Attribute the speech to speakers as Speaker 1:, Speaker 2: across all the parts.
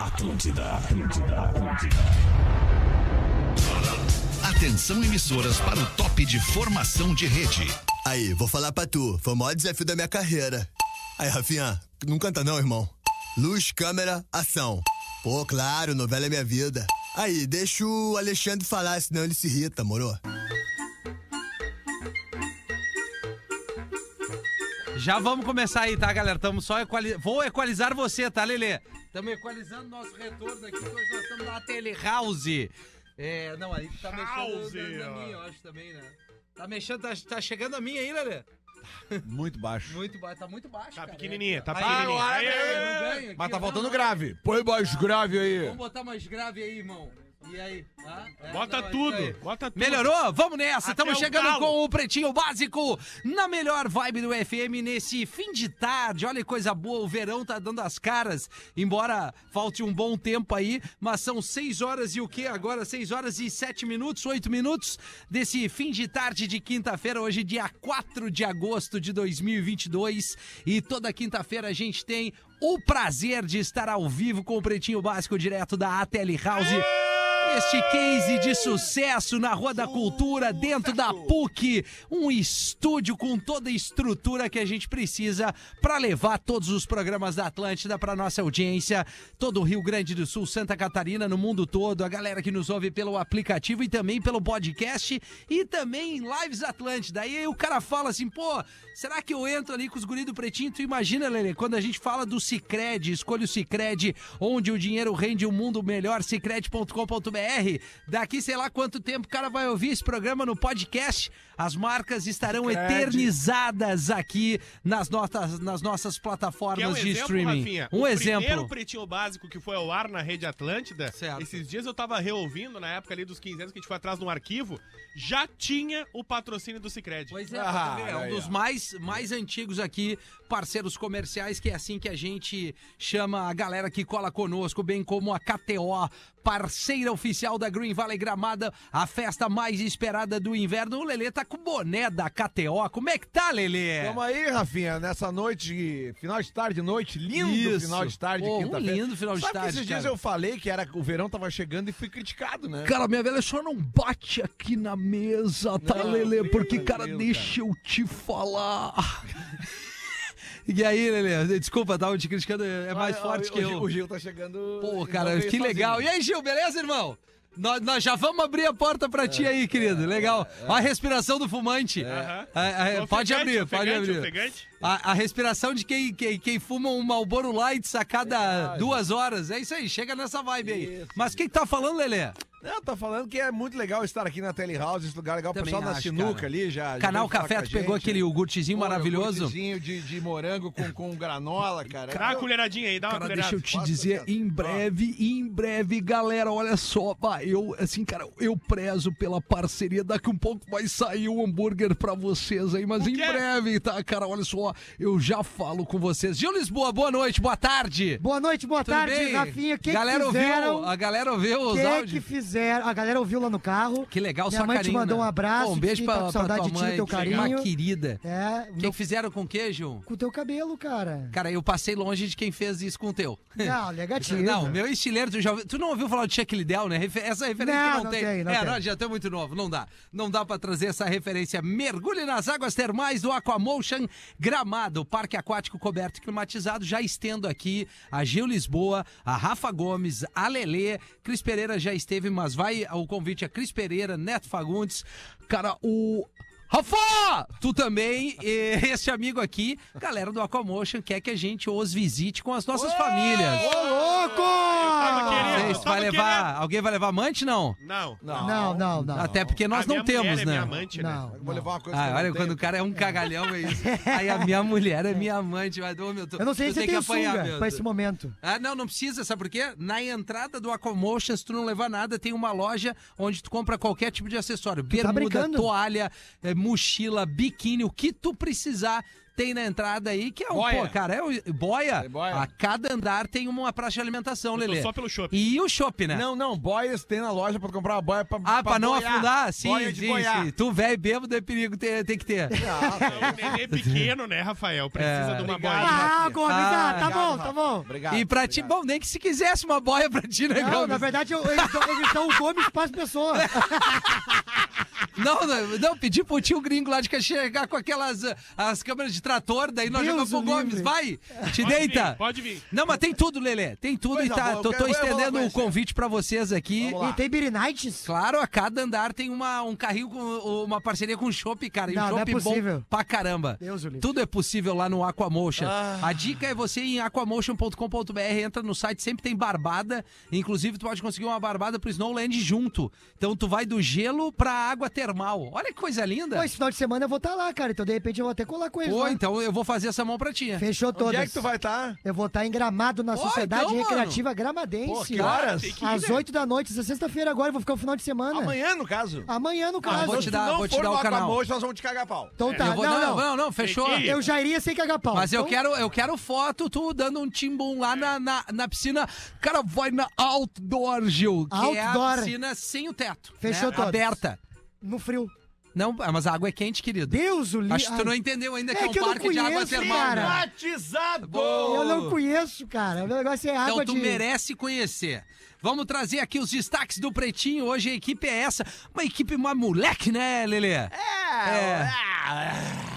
Speaker 1: Atlântida, Atlântida, Atlântida.
Speaker 2: Atenção emissoras para o top de formação de rede.
Speaker 3: Aí, vou falar pra tu. Foi o maior desafio da minha carreira. Aí, Rafinha, não canta não, irmão. Luz, câmera, ação. Pô, claro, novela é minha vida. Aí, deixa o Alexandre falar, senão ele se irrita, moro?
Speaker 4: Já vamos começar aí, tá, galera? Tamo só equali... Vou equalizar você, tá, Lelê? Estamos equalizando nosso retorno aqui, que hoje nós estamos na telehouse. É, não, aí tá
Speaker 5: House,
Speaker 4: mexendo na, na
Speaker 5: ó.
Speaker 4: minha, eu acho, também, né? Tá mexendo, tá, tá chegando a minha aí, Lelê?
Speaker 6: Muito baixo.
Speaker 4: Muito baixo, tá muito baixo,
Speaker 5: Tá
Speaker 4: cara. É.
Speaker 5: pequenininha, tá
Speaker 4: Aí,
Speaker 5: pequenininha.
Speaker 4: agora,
Speaker 5: Aê!
Speaker 4: velho, não ganho aqui,
Speaker 6: Mas tá
Speaker 4: não,
Speaker 6: faltando
Speaker 4: não.
Speaker 6: grave. Põe mais grave aí.
Speaker 4: Vamos botar mais grave aí, irmão. E aí? Hã? É,
Speaker 5: Bota
Speaker 4: não, é
Speaker 5: tudo,
Speaker 4: isso aí.
Speaker 5: bota tudo.
Speaker 4: Melhorou? Vamos nessa.
Speaker 5: Até
Speaker 4: Estamos
Speaker 5: o
Speaker 4: chegando
Speaker 5: galo.
Speaker 4: com o Pretinho Básico na melhor vibe do FM nesse fim de tarde. Olha que coisa boa, o verão tá dando as caras, embora falte um bom tempo aí, mas são seis horas e o que agora? Seis horas e sete minutos, oito minutos desse fim de tarde de quinta-feira, hoje dia 4 de agosto de 2022 e toda quinta-feira a gente tem o prazer de estar ao vivo com o Pretinho Básico direto da ATL House. Este case de sucesso na Rua da Cultura, dentro da PUC, um estúdio com toda a estrutura que a gente precisa para levar todos os programas da Atlântida para nossa audiência, todo o Rio Grande do Sul, Santa Catarina, no mundo todo, a galera que nos ouve pelo aplicativo e também pelo podcast e também em Lives Atlântida. Aí o cara fala assim, pô, será que eu entro ali com os guris do Pretinho? Tu imagina, Lelê, quando a gente fala do Cicred, escolha o Cicred, onde o dinheiro rende um mundo melhor, cicred.com.br. Daqui sei lá quanto tempo o cara vai ouvir esse programa no podcast, as marcas estarão eternizadas aqui nas nossas, nas nossas
Speaker 5: Que é
Speaker 4: plataformas
Speaker 5: um
Speaker 4: de
Speaker 5: exemplo,
Speaker 4: streaming.
Speaker 5: Rafinha.
Speaker 4: um
Speaker 5: o primeiro
Speaker 4: exemplo.
Speaker 5: Pretinho Básico que foi ao ar na Rede Atlântida,
Speaker 4: Certo.
Speaker 5: esses dias eu tava reouvindo, na época ali dos 15 anos que a gente foi atrás no arquivo, já tinha o patrocínio do Cicred.
Speaker 4: Pois é,
Speaker 6: Ah,
Speaker 4: é um
Speaker 6: aí,
Speaker 4: dos
Speaker 6: ó.
Speaker 4: mais, mais antigos aqui, parceiros comerciais, que é assim que a gente chama a galera que cola conosco, bem como a KTO, parceira oficial da Green Valley Gramada, a festa mais esperada do inverno. O Lelê tá com o boné da KTO. Como é que tá, Lelê?
Speaker 6: Tamo aí, Rafinha, nessa noite, final de tarde, noite, lindo
Speaker 4: Isso.
Speaker 6: final de tarde,
Speaker 4: Pô, um
Speaker 6: quinta-feira.
Speaker 4: lindo final de
Speaker 6: Sabe que
Speaker 4: tarde,
Speaker 6: esses dias
Speaker 4: cara.
Speaker 6: eu falei que era, o verão tava chegando e fui criticado, né?
Speaker 4: Cara, minha velha só não bate aqui na mesa, tá,
Speaker 6: Não,
Speaker 4: Lelê?
Speaker 6: bem
Speaker 4: Porque, cara,
Speaker 6: tranquilo,
Speaker 4: deixa eu te falar. E aí, Lelê? Desculpa, tava te criticando, é mais
Speaker 6: Olha,
Speaker 4: forte
Speaker 6: Ah, o,
Speaker 4: que
Speaker 6: o,
Speaker 4: eu.
Speaker 6: Gil- O Gil tá chegando.
Speaker 4: Pô,
Speaker 6: não
Speaker 4: cara,
Speaker 6: veio
Speaker 4: que
Speaker 6: sozinho.
Speaker 4: legal. E aí, Gil, beleza, irmão? Nós, nós já vamos abrir a porta pra
Speaker 6: É,
Speaker 4: ti aí, querido. Legal. Ó a respiração do fumante.
Speaker 5: Aham. Então,
Speaker 4: Ah, ah,
Speaker 5: Ofegante,
Speaker 4: pode abrir, pode
Speaker 5: ofegante,
Speaker 4: abrir.
Speaker 5: ofegante.
Speaker 4: A, a respiração de quem, quem, quem fuma um Malboro Lights a cada duas horas. É isso aí, chega nessa vibe aí.
Speaker 6: Isso.
Speaker 4: Mas o que que tá falando, Lelê?
Speaker 6: Não, tá falando que é muito legal estar aqui na Telehouse, esse lugar legal. O
Speaker 4: Também
Speaker 6: pessoal na
Speaker 4: acho,
Speaker 6: sinuca
Speaker 4: cara.
Speaker 6: ali já. já
Speaker 4: Canal
Speaker 6: veio falar
Speaker 4: Café,
Speaker 6: com a
Speaker 4: tu pegou
Speaker 6: gente. né?
Speaker 4: aquele iogurtezinho
Speaker 6: Pô,
Speaker 4: maravilhoso.
Speaker 6: iogurtezinho de, de morango com, com granola, cara.
Speaker 5: Dá uma
Speaker 6: Eu-
Speaker 5: colheradinha aí, dá uma
Speaker 4: Cara,
Speaker 5: colherada.
Speaker 4: deixa eu te
Speaker 6: Bota,
Speaker 4: dizer,
Speaker 6: cara.
Speaker 4: em breve, em breve, galera, olha só, pá, eu, assim, cara, eu prezo pela parceria, daqui um pouco vai sair o hambúrguer pra vocês aí, mas
Speaker 5: O
Speaker 4: em
Speaker 5: quê?
Speaker 4: breve, tá, cara, olha só, eu já falo com vocês. Gil Lisboa, boa noite, boa tarde.
Speaker 7: Boa noite, boa
Speaker 4: Tudo
Speaker 7: tarde,
Speaker 4: bem?
Speaker 7: Rafinha. O que
Speaker 4: galera
Speaker 7: que fizeram?
Speaker 4: ouviu, a galera ouviu
Speaker 7: O
Speaker 4: os
Speaker 7: que que
Speaker 4: áudios.
Speaker 7: fizeram? A galera ouviu lá no carro.
Speaker 4: Que legal,
Speaker 7: Minha
Speaker 4: só
Speaker 7: mãe te
Speaker 4: carinho,
Speaker 7: mandou
Speaker 4: né?
Speaker 7: um abraço,
Speaker 4: Pô, um beijo
Speaker 7: fiquei
Speaker 4: pra,
Speaker 7: com
Speaker 4: pra
Speaker 7: saudade
Speaker 4: tua
Speaker 7: de ti,
Speaker 4: mãe,
Speaker 7: teu
Speaker 4: que legal.
Speaker 7: carinho.
Speaker 4: Uma querida.
Speaker 7: É, o
Speaker 4: O que,
Speaker 7: meu-
Speaker 4: que fizeram com o queijo?
Speaker 7: com o teu cabelo, cara.
Speaker 4: Cara, eu passei longe de quem fez isso com o teu.
Speaker 7: Não, negativo.
Speaker 4: Não, meu estileiro, tu, já ouviu- tu não ouviu falar do Chuck Liddell, né? Refe- Essa referência
Speaker 7: Não,
Speaker 4: que não,
Speaker 7: não
Speaker 4: tem.
Speaker 7: tem, não
Speaker 4: é,
Speaker 7: tem.
Speaker 4: nós já estamos muito novo, não dá. Não dá pra trazer essa referência. Mergulhe nas águas termais do Aquamotion Gramado, parque aquático coberto e climatizado. Já estendo aqui a Gil Lisboa, a Rafa Gomes, a Lelê. Cris Pereira já esteve, mas vai o convite a Cris Pereira, Neto Fagundes. Cara, o Rafa! Tu também, e esse amigo aqui, galera do Aquamotion, quer que a gente os visite com as nossas famílias.
Speaker 7: Ô, louco!
Speaker 5: tava querendo.
Speaker 4: Vocês vai
Speaker 5: Tava
Speaker 4: levar.
Speaker 5: querendo.
Speaker 4: Alguém vai levar amante, não?
Speaker 5: Não.
Speaker 6: Não,
Speaker 7: Não, não, não.
Speaker 4: Até porque nós
Speaker 5: A
Speaker 4: não
Speaker 5: minha
Speaker 4: temos,
Speaker 5: mulher é
Speaker 4: né?
Speaker 5: minha amante, né?
Speaker 7: Não,
Speaker 6: Eu Vou
Speaker 7: não.
Speaker 6: levar uma coisa que
Speaker 4: Ah,
Speaker 6: eu
Speaker 4: olha,
Speaker 6: não
Speaker 4: quando
Speaker 6: tenho.
Speaker 4: o cara é um cagalhão, é isso. Aí a minha mulher é minha amante, mas ô, meu, tu-
Speaker 7: Eu não sei
Speaker 4: tu
Speaker 7: se
Speaker 4: tem que
Speaker 7: tem o
Speaker 4: apanhar,
Speaker 7: sunga
Speaker 4: meu.
Speaker 7: pra esse momento.
Speaker 4: Ah, não, não precisa, sabe por quê? Na entrada do Acomotion, se tu não levar nada, tem uma loja onde tu compra qualquer tipo de acessório.
Speaker 7: tá
Speaker 4: Bermuda, é,
Speaker 7: brincando?
Speaker 4: toalha, eh, mochila, biquíni, o que tu precisar. tem na entrada aí, que é um,
Speaker 5: Boia.
Speaker 4: pô, cara, é o boia.
Speaker 6: É boia.
Speaker 4: A cada andar tem uma praça de alimentação,
Speaker 5: Eu tô
Speaker 4: Lelê.
Speaker 5: só pelo chopp.
Speaker 4: E o chopp, né?
Speaker 6: Não, não, boias tem na loja pra tu comprar uma boia pra
Speaker 4: Ah, pra, não
Speaker 6: boiar.
Speaker 4: afundar? Sim,
Speaker 6: Boia de
Speaker 4: sim,
Speaker 6: boiar. Ah, tá.
Speaker 4: sim. Tu velho bêbado é perigo, tem, tem que ter.
Speaker 5: É um nenê pequeno, né, Rafael? Precisa
Speaker 4: É.
Speaker 5: de uma
Speaker 6: Obrigado.
Speaker 5: boia.
Speaker 7: Ah, gordo, tá, tá
Speaker 4: Ah,
Speaker 7: bom, tá bom.
Speaker 6: Obrigado.
Speaker 4: e pra ti,
Speaker 6: obrigado.
Speaker 4: bom, nem que se quisesse uma boia pra ti, né,
Speaker 7: Não,
Speaker 4: Gomes?
Speaker 7: na verdade, eu- eles dão- eles são o Gomes para as pessoas.
Speaker 4: Não, não, não, pedi pro tio gringo lá de que chegar com aquelas ah, as câmeras de trator, daí nós jogamos
Speaker 7: Deus
Speaker 4: pro
Speaker 7: o
Speaker 4: Gomes,
Speaker 7: livre.
Speaker 4: vai, te
Speaker 5: Pode vir,
Speaker 4: deita.
Speaker 5: Pode vir.
Speaker 4: Não, mas tem tudo, Lelê, tem tudo
Speaker 6: Coisa
Speaker 4: e tá,
Speaker 6: boa,
Speaker 4: tô,
Speaker 6: eu
Speaker 4: tô
Speaker 6: quero- eu vou
Speaker 4: estendendo o
Speaker 6: conhecer.
Speaker 4: convite pra vocês aqui.
Speaker 6: Vamos lá.
Speaker 7: E tem Beer Nights?
Speaker 4: Claro, a cada andar tem uma, um carrinho com uma parceria com o Chopp, cara. E
Speaker 7: Não,
Speaker 4: um
Speaker 7: não é
Speaker 4: Chopp bom
Speaker 7: possível.
Speaker 4: pra caramba.
Speaker 7: Deus o livre.
Speaker 4: Tudo é possível lá no Aquamotion. A dica é você ir em aquamotion.com.br, entra no site, sempre tem barbada. Inclusive, tu pode conseguir uma barbada pro Snowland junto. Então tu vai do gelo pra água termal. Olha que coisa linda.
Speaker 7: Pô, esse final de semana eu vou estar lá, cara. Então, de repente, eu vou até colar com eles.
Speaker 4: Pô,
Speaker 7: lá.
Speaker 4: então eu vou fazer essa mão pra ti.
Speaker 7: Fechou
Speaker 6: Onde
Speaker 7: todas.
Speaker 6: é que tu vai estar?
Speaker 7: Eu vou estar em Gramado na
Speaker 4: Pô,
Speaker 7: Sociedade
Speaker 4: então, mano.
Speaker 7: Recreativa Gramadense.
Speaker 6: Pô, que horas?
Speaker 5: Tem que ir,
Speaker 7: Às
Speaker 5: né?
Speaker 7: 8 da noite, essa sexta-feira agora, eu vou ficar o final de semana.
Speaker 6: Amanhã, no caso.
Speaker 7: Amanhã, no
Speaker 4: É. Ah,
Speaker 7: caso.
Speaker 4: vou te dar-
Speaker 6: Se não
Speaker 4: vou te
Speaker 6: for
Speaker 4: dar
Speaker 6: no
Speaker 4: o canal.
Speaker 6: Aquamojo, nós vamos te cagar pau.
Speaker 7: Então tá,
Speaker 4: Eu vou-
Speaker 7: não,
Speaker 4: não,
Speaker 7: não,
Speaker 4: não, não, fechou.
Speaker 5: Tem que ir.
Speaker 7: Eu já iria sem cagar pau.
Speaker 4: Mas eu
Speaker 7: Então,
Speaker 4: quero, eu quero foto tu dando um timbum lá na, na, na piscina. Cara, vai na outdoor, Gil. Que é a
Speaker 7: Outdoor.
Speaker 4: piscina sem o teto.
Speaker 7: Fechou
Speaker 4: né?
Speaker 7: todas.
Speaker 4: Aberta.
Speaker 7: No frio.
Speaker 4: Não, ah, mas a água é quente, querido.
Speaker 7: Deus, o livro.
Speaker 4: Acho que tu não entendeu ainda que
Speaker 7: É
Speaker 4: é um
Speaker 7: que eu não
Speaker 4: parque de água
Speaker 7: conheço,
Speaker 4: termal.
Speaker 7: cara.
Speaker 4: né?
Speaker 6: Batizado!
Speaker 7: Eu não conheço, cara. O meu negócio é água
Speaker 4: Então tu
Speaker 7: de...
Speaker 4: merece conhecer. Vamos trazer aqui os destaques do Pretinho. Hoje a equipe é essa. Uma equipe, uma moleque, né, Lelê? É.
Speaker 7: Ah,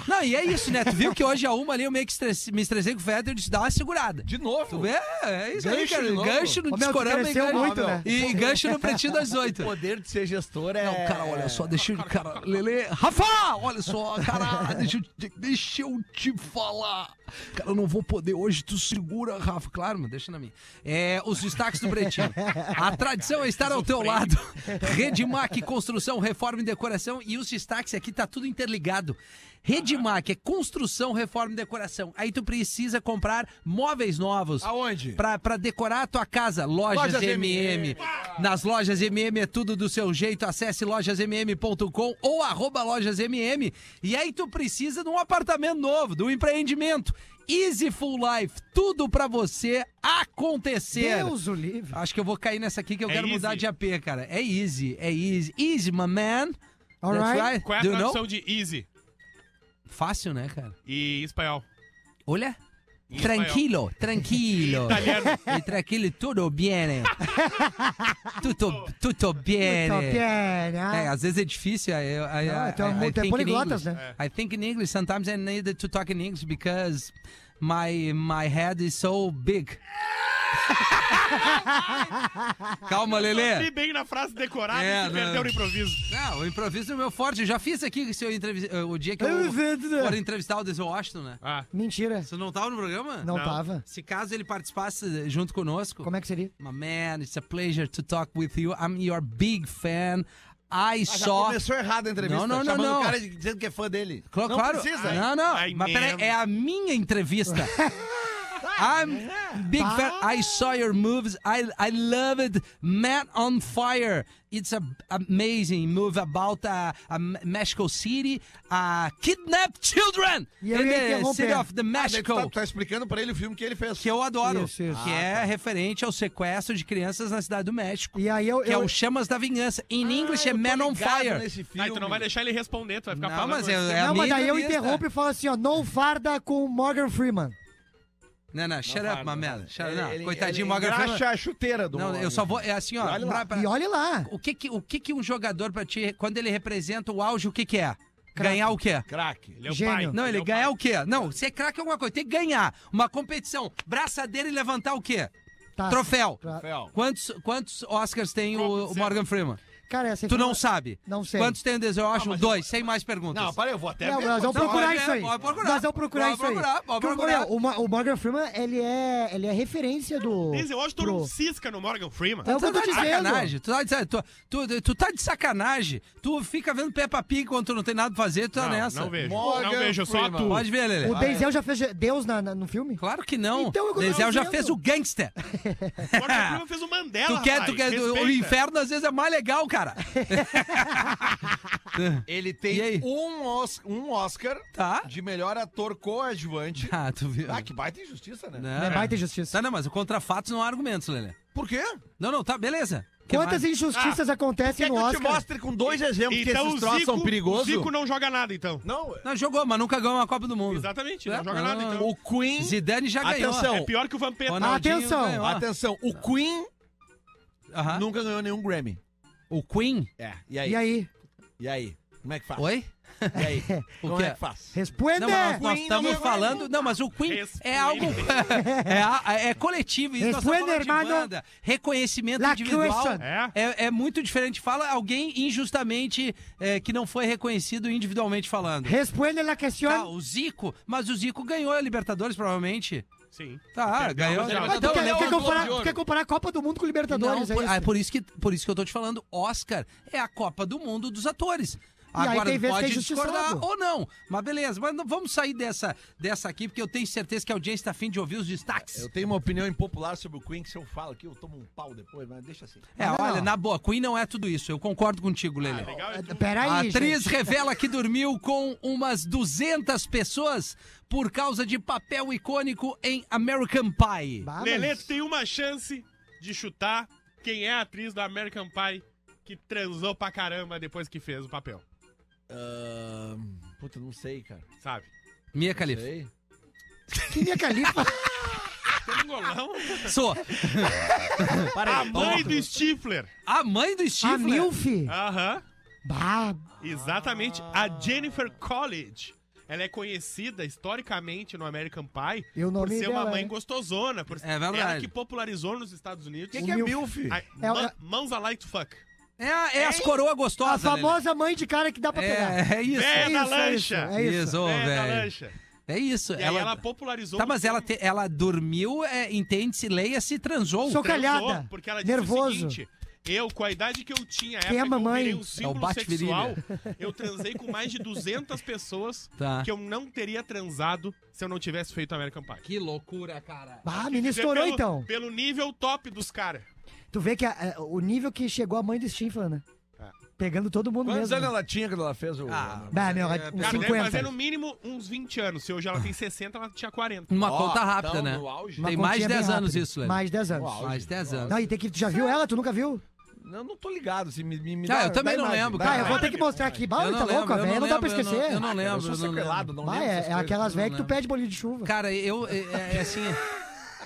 Speaker 4: Não, e é isso, né? Tu viu que hoje a uma ali eu meio que estresse- me estressei com o Federer e disse, dá uma segurada.
Speaker 6: De novo?
Speaker 4: Tu vê? É isso aí,
Speaker 6: Gancho
Speaker 4: cara.
Speaker 6: de novo.
Speaker 4: Gancho no
Speaker 7: Ô, meu, tu
Speaker 4: discorama e
Speaker 7: cresceu
Speaker 4: gancho,
Speaker 7: muito,
Speaker 4: Ah, meu.
Speaker 7: né?
Speaker 4: e gancho no pretinho das oito.
Speaker 6: O poder de ser gestor é...
Speaker 4: Não, cara, olha só, deixa eu. Cara, Lele. Rafa! Olha só, cara, deixa eu, te- deixa eu te falar. Cara, eu não vou poder hoje, tu segura, Rafa. Claro, mas deixa na minha. É, os destaques do Pretinho. A tradição é estar ao teu lado. Redmac, construção, reforma e decoração. E os destaques aqui tá tudo interligado. Redmac é construção, reforma e decoração. Aí tu precisa comprar móveis novos.
Speaker 6: Aonde?
Speaker 4: Pra, pra decorar a tua casa, lojas,
Speaker 6: Lojas
Speaker 4: MM.
Speaker 6: MM.
Speaker 4: Nas lojas MM é tudo do seu jeito. Acesse lojasmm.com ou arroba lojasmm. E aí tu precisa de um apartamento novo, de um empreendimento. Easy Full Life, tudo pra você acontecer.
Speaker 7: Deus, o livro.
Speaker 4: Acho que eu vou cair nessa aqui que eu
Speaker 5: É
Speaker 4: quero mudar
Speaker 5: easy.
Speaker 4: de AP, cara. É easy, é easy. Easy, my man.
Speaker 7: All
Speaker 4: That's
Speaker 7: right.
Speaker 5: Qual é a
Speaker 4: Do you know?
Speaker 5: tradução de easy
Speaker 4: Fácil, né, cara?
Speaker 5: e espanhol?
Speaker 4: Olha.
Speaker 5: Em
Speaker 4: Tranquilo, tranquilo.
Speaker 5: Italiano.
Speaker 4: E tranquilo, tudo bem. Tudo, tudo bem.
Speaker 7: Então, Pierre, ah.
Speaker 4: É, às vezes é difícil. I, I, I,
Speaker 7: Não, é, tu é
Speaker 4: I- I
Speaker 7: mu- tu é
Speaker 4: think in
Speaker 7: poliglotas,
Speaker 4: English.
Speaker 7: né?
Speaker 4: I think in English sometimes I need to talk in English because my my head is so big. Calma,
Speaker 5: Abri
Speaker 4: Lelê.
Speaker 5: bem na frase decorada
Speaker 4: É,
Speaker 5: e se
Speaker 4: né?
Speaker 5: perdeu no improviso.
Speaker 4: Não, o improviso é meu forte. Eu já fiz aqui se eu entrevis- eh, o dia que eu
Speaker 7: né?
Speaker 4: for entrevistar o Denzel Washington, né?
Speaker 5: Ah,
Speaker 7: Mentira.
Speaker 4: Você não tava no programa?
Speaker 7: Não,
Speaker 5: Não.
Speaker 7: tava.
Speaker 4: Se caso ele participasse junto conosco.
Speaker 7: Como é que seria?
Speaker 4: My man, it's a pleasure to talk with you. I'm your big fan. I
Speaker 6: Ah, já
Speaker 4: saw.
Speaker 6: começou errado a
Speaker 4: Não,
Speaker 6: entrevista.
Speaker 4: não, não,
Speaker 6: chamando
Speaker 4: não.
Speaker 6: o cara de- dizendo que é fã dele.
Speaker 4: Cla-
Speaker 6: não
Speaker 4: claro. Ah,
Speaker 6: precisa. Ah,
Speaker 4: Não, não.
Speaker 5: Ai,
Speaker 4: Mas peraí,
Speaker 5: mesmo.
Speaker 4: é a minha entrevista. I'm big fan. I saw your movies. I I love it. Man on Fire. It's a amazing movie about a, a Me- Mexico City, uh, kidnapped children
Speaker 7: E eu
Speaker 4: in
Speaker 7: ia
Speaker 4: the
Speaker 7: interromper.
Speaker 4: city of the
Speaker 6: Ah, daí tu tá,
Speaker 4: Mexico.
Speaker 6: tu tá explicando pra ele o filme que ele fez.
Speaker 4: Que eu adoro,
Speaker 7: Isso, isso. Ah, tá.
Speaker 4: que é referente ao sequestro de crianças na cidade do México.
Speaker 7: E aí eu...
Speaker 4: que é
Speaker 7: eu-
Speaker 4: o Chamas da Vingança. Em inglês
Speaker 6: Ah,
Speaker 4: é
Speaker 6: eu tô
Speaker 4: Man on
Speaker 6: ligado
Speaker 4: Fire.
Speaker 6: Nesse filme.
Speaker 5: ah, então não vai deixar ele responder, tu vai ficar
Speaker 4: Não,
Speaker 5: falando. assim.
Speaker 4: mas é- é-
Speaker 7: Não, mas
Speaker 4: minha
Speaker 7: daí eu
Speaker 4: entrevista.
Speaker 7: interrompo e falo assim, ó, não farda com Morgan Freeman.
Speaker 4: Não, não, shut up,
Speaker 6: Não vai,
Speaker 5: né?
Speaker 6: não
Speaker 4: mamela.
Speaker 6: vai.
Speaker 4: Shut
Speaker 6: né? Ele-
Speaker 4: up.
Speaker 6: ele-
Speaker 4: Coitadinho,
Speaker 6: ele
Speaker 4: Morgan Freeman.
Speaker 6: engraxa a chuteira do
Speaker 4: Não,
Speaker 6: Morgan.
Speaker 4: eu só vou. É assim, ó.
Speaker 6: Olha lá.
Speaker 4: pra- pra-
Speaker 7: E olha lá.
Speaker 4: o que, que, o que que um jogador pra ti, quando ele representa o auge, o que que é? Ganhar o quê?
Speaker 6: Craque.
Speaker 5: Ele é o
Speaker 7: Gênio.
Speaker 5: pai.
Speaker 4: Não, ele
Speaker 5: é o
Speaker 4: ganhar
Speaker 5: pai.
Speaker 4: o quê? Não, ser craque é alguma coisa. Tem que ganhar. Uma competição. Braçadeira e levantar o quê?
Speaker 7: Tá.
Speaker 4: Troféu.
Speaker 7: Tra-
Speaker 6: Fel.
Speaker 4: Quantos, quantos Oscars tem o, o
Speaker 5: Zero.
Speaker 4: Morgan Freeman?
Speaker 7: Cara, é assim, essa
Speaker 4: Tu não
Speaker 7: informação-
Speaker 4: sabe.
Speaker 7: Não sei.
Speaker 4: Quantos tem o Denzel Washington? Dois, sem mais
Speaker 5: um
Speaker 4: perguntas.
Speaker 6: Não, para aí, eu vou até
Speaker 7: Não,
Speaker 6: ver.
Speaker 7: nós vamos
Speaker 4: é Não,
Speaker 7: procurar
Speaker 4: pode ver,
Speaker 7: isso aí.
Speaker 4: pode procurar.
Speaker 7: Nós vamos procurar
Speaker 4: Pode
Speaker 7: isso aí.
Speaker 4: procurar, pode
Speaker 7: Porque,
Speaker 4: procurar.
Speaker 7: olha, O, Ma- o Morgan Freeman, ele é, ele é referência do...
Speaker 5: Denzel Washington
Speaker 7: pro-
Speaker 5: um cisca no Morgan Freeman.
Speaker 7: É o que eu
Speaker 4: tá
Speaker 7: tô
Speaker 4: de
Speaker 7: dizendo.
Speaker 4: sacanagem, tu tá, de sa- tu, tu, tu tá de sacanagem. Tu fica vendo Peppa Pig quando tu não tem nada pra fazer, tu tá
Speaker 5: não,
Speaker 4: nessa.
Speaker 5: não vejo.
Speaker 6: Morgan
Speaker 5: não vejo, só
Speaker 6: Freeman.
Speaker 5: tu.
Speaker 4: Pode ver, Lelê.
Speaker 7: O Denzel já fez Deus na- na- no filme?
Speaker 4: Ah, é. Claro que não.
Speaker 7: Então eu tô
Speaker 4: Denzel já
Speaker 7: dizendo.
Speaker 4: fez o gangster.
Speaker 5: Morgan Freeman fez o Mandela,
Speaker 4: tu quer,
Speaker 5: rapaz,
Speaker 4: tu quer, o
Speaker 5: respeita.
Speaker 4: inferno às vezes é mais legal, cara. cara.
Speaker 6: Ele
Speaker 4: E aí?
Speaker 6: tem um, Os- um Oscar
Speaker 4: Tá.
Speaker 6: de melhor ator coadjuvante.
Speaker 4: Ah, tu viu?
Speaker 6: Ah, que baita injustiça, né?
Speaker 4: Não.
Speaker 7: Não é baita injustiça.
Speaker 4: Tá, não, mas o contra fatos não há argumentos, Lelê.
Speaker 6: Por quê?
Speaker 4: Não, não, tá, beleza. Que
Speaker 7: Quantas
Speaker 4: mais?
Speaker 7: injustiças acontecem
Speaker 6: Ah, Quer então que
Speaker 7: no
Speaker 6: eu te
Speaker 7: Oscar?
Speaker 6: mostre com dois
Speaker 4: é
Speaker 6: exemplos que esses troços são
Speaker 5: Então o
Speaker 6: perigosos?
Speaker 5: Zico não joga nada, então.
Speaker 6: Não, é.
Speaker 4: Não, jogou, mas nunca ganhou uma Copa do Mundo.
Speaker 5: Exatamente,
Speaker 4: É,
Speaker 5: não joga nada,
Speaker 4: não,
Speaker 5: então.
Speaker 6: o Queen... Ah.
Speaker 4: Zidane já
Speaker 6: Atenção.
Speaker 4: ganhou.
Speaker 5: É pior que o Vampeta.
Speaker 4: Ronaldinho
Speaker 7: Atenção.
Speaker 4: ganhou.
Speaker 6: Atenção, o Queen
Speaker 4: Aham.
Speaker 6: nunca ganhou nenhum Grammy.
Speaker 4: O Queen?
Speaker 6: Ah. É, e aí?
Speaker 7: E aí?
Speaker 6: E aí? Como é que faz?
Speaker 4: Oi?
Speaker 6: E aí? Como
Speaker 4: quê?
Speaker 6: é que faz?
Speaker 7: Responda!
Speaker 4: Não, mas nós, nós
Speaker 6: Queen não
Speaker 4: estamos
Speaker 6: ganhou
Speaker 4: falando. Não, mas o Queen é
Speaker 5: Responde.
Speaker 4: algo. é, a- é coletivo. Isso nós
Speaker 7: Responde,
Speaker 4: estamos falando de
Speaker 7: hermano.
Speaker 4: banda. Reconhecimento
Speaker 7: La
Speaker 4: individual.
Speaker 7: question.
Speaker 5: É?
Speaker 4: É, é muito diferente. Fala alguém injustamente é, que não foi reconhecido individualmente falando.
Speaker 7: Responda la
Speaker 4: Tá,
Speaker 7: question.
Speaker 4: o Zico, mas o Zico ganhou a Libertadores, provavelmente.
Speaker 5: Sim.
Speaker 4: Tá, ganhou.
Speaker 5: mas ele
Speaker 7: Mas
Speaker 4: Mas
Speaker 7: tu
Speaker 4: então,
Speaker 7: quer,
Speaker 4: não,
Speaker 7: quer
Speaker 4: não,
Speaker 7: comparar, tu quer comparar a Copa do Mundo com Libertadores, é
Speaker 4: por,
Speaker 7: isso?
Speaker 4: ah, é por isso que por isso que eu tô te falando, Oscar é a Copa do Mundo dos atores.
Speaker 7: aí
Speaker 4: Agora
Speaker 7: tem vezes que
Speaker 4: pode
Speaker 7: é injustiçado.
Speaker 4: discordar ou não. Mas beleza, mas não- vamos sair dessa, dessa aqui, porque eu tenho certeza que a audiência tá afim de ouvir os destaques.
Speaker 6: Eu tenho uma opinião impopular sobre o Queen, que se eu falo aqui, eu tomo um pau depois, mas deixa assim.
Speaker 4: É,
Speaker 7: Não.
Speaker 4: olha, na boa, Queen não é tudo isso. Eu concordo contigo, Lelê.
Speaker 5: Legal, é tu-
Speaker 7: Peraí,
Speaker 4: A atriz
Speaker 7: gente.
Speaker 4: revela que dormiu com umas 200 pessoas por causa de papel icônico em American Pie.
Speaker 7: Bah, mas-
Speaker 5: Lelê, tu tem uma chance de chutar quem é a atriz da American Pie que transou pra caramba depois que fez o papel,
Speaker 6: Ahn, puta, não sei, cara.
Speaker 5: sabe?
Speaker 4: Mia
Speaker 6: Não
Speaker 4: Khalifa.
Speaker 6: sei.
Speaker 7: é Que minha califa.
Speaker 5: Tem um golão.
Speaker 4: Sou Tá
Speaker 5: a mãe do Stifler.
Speaker 4: a mãe do né?
Speaker 7: a
Speaker 4: Stifler.
Speaker 7: Milf.
Speaker 5: Aham.
Speaker 7: Bah,
Speaker 5: Exatamente. A Jennifer College. Ela é conhecida historicamente no American Pie
Speaker 7: E o
Speaker 5: por
Speaker 7: nome
Speaker 5: ser uma
Speaker 7: dela, né?
Speaker 5: mãe
Speaker 7: hein?
Speaker 5: gostosona. Por...
Speaker 4: É verdade.
Speaker 5: Ela que popularizou nos Estados Unidos.
Speaker 6: O que, que é Milf?
Speaker 5: A-
Speaker 7: É,
Speaker 5: ma-
Speaker 7: é-
Speaker 5: Mãos a light fuck.
Speaker 4: É, a- é as coroas
Speaker 7: a
Speaker 4: gostosas. Lelê.
Speaker 7: famosa mãe de cara que dá pra pegar.
Speaker 4: É, é isso.
Speaker 5: Véia
Speaker 7: isso,
Speaker 5: da
Speaker 7: é isso,
Speaker 5: lancha.
Speaker 7: é isso.
Speaker 4: Isso, ô,
Speaker 5: Véia da
Speaker 4: velho.
Speaker 5: lancha.
Speaker 4: É isso.
Speaker 5: E aí ela popularizou.
Speaker 4: Tá, mas
Speaker 5: o
Speaker 4: ela,
Speaker 5: termo.
Speaker 4: te- ela dormiu, é, entende-se, leia-se, transou.
Speaker 7: Só-
Speaker 5: Transou,
Speaker 7: Calhada.
Speaker 5: Porque ela
Speaker 7: Nervoso.
Speaker 5: disse o seguinte. Eu, com a idade que eu tinha, a
Speaker 7: Quem
Speaker 5: época
Speaker 7: é mamãe?
Speaker 5: que
Speaker 4: É
Speaker 5: eu virei um
Speaker 4: o
Speaker 5: símbolo sexual,
Speaker 4: bate-virilha.
Speaker 5: eu transei com mais de 200 pessoas
Speaker 4: Tá.
Speaker 5: que eu não teria transado se eu não tivesse feito American Pie.
Speaker 4: Que loucura, cara.
Speaker 7: Bah, a menina
Speaker 5: Quer dizer,
Speaker 7: estourou
Speaker 5: pelo-
Speaker 7: então.
Speaker 5: Pelo nível top dos caras.
Speaker 7: Tu vê que a- a- o nível que chegou a mãe do Stifler, né? Pegando todo mundo
Speaker 6: Quantos
Speaker 7: mesmo.
Speaker 6: anos ela tinha quando ela fez o...
Speaker 4: Ah,
Speaker 7: Bah, meu,
Speaker 4: É,
Speaker 7: uns
Speaker 5: Cara, deve
Speaker 7: 50.
Speaker 5: fazer no mínimo uns 20 anos. Se hoje ela tem 60, ela tinha 40.
Speaker 4: Uma
Speaker 6: Ó,
Speaker 4: conta rápida,
Speaker 6: tão
Speaker 4: né?
Speaker 6: no auge.
Speaker 7: Uma
Speaker 4: Tem mais de
Speaker 7: continha
Speaker 4: 10
Speaker 7: bem
Speaker 4: anos
Speaker 7: rápida.
Speaker 4: isso, Lelê.
Speaker 7: Mais 10 anos.
Speaker 6: Uau.
Speaker 4: Mais 10 anos.
Speaker 7: Não, e tem que. Tu já viu ela? Tu nunca viu?
Speaker 6: Eu não tô ligado, assim, me, me, me
Speaker 4: Ah,
Speaker 6: dá-
Speaker 4: eu também
Speaker 6: dá
Speaker 4: não
Speaker 6: imagem,
Speaker 4: lembro,
Speaker 6: dá
Speaker 4: cara.
Speaker 7: Ah, eu
Speaker 6: imagem.
Speaker 7: vou ter que mostrar aqui. Bah,
Speaker 4: Eu
Speaker 7: tá
Speaker 4: não
Speaker 7: louco,
Speaker 4: lembro, eu
Speaker 7: velho. Não dá
Speaker 4: lembro,
Speaker 7: pra
Speaker 4: eu não-
Speaker 7: esquecer.
Speaker 4: Eu não lembro.
Speaker 6: Eu sou
Speaker 4: eu não
Speaker 6: sequelado, não
Speaker 4: lembro.
Speaker 7: Bah,
Speaker 6: lembro.
Speaker 7: é,
Speaker 6: essas
Speaker 7: é aquelas
Speaker 6: coisas.
Speaker 7: velhas que tu
Speaker 4: lembro.
Speaker 7: pede bolinho de chuva.
Speaker 4: Cara, eu. É, é assim.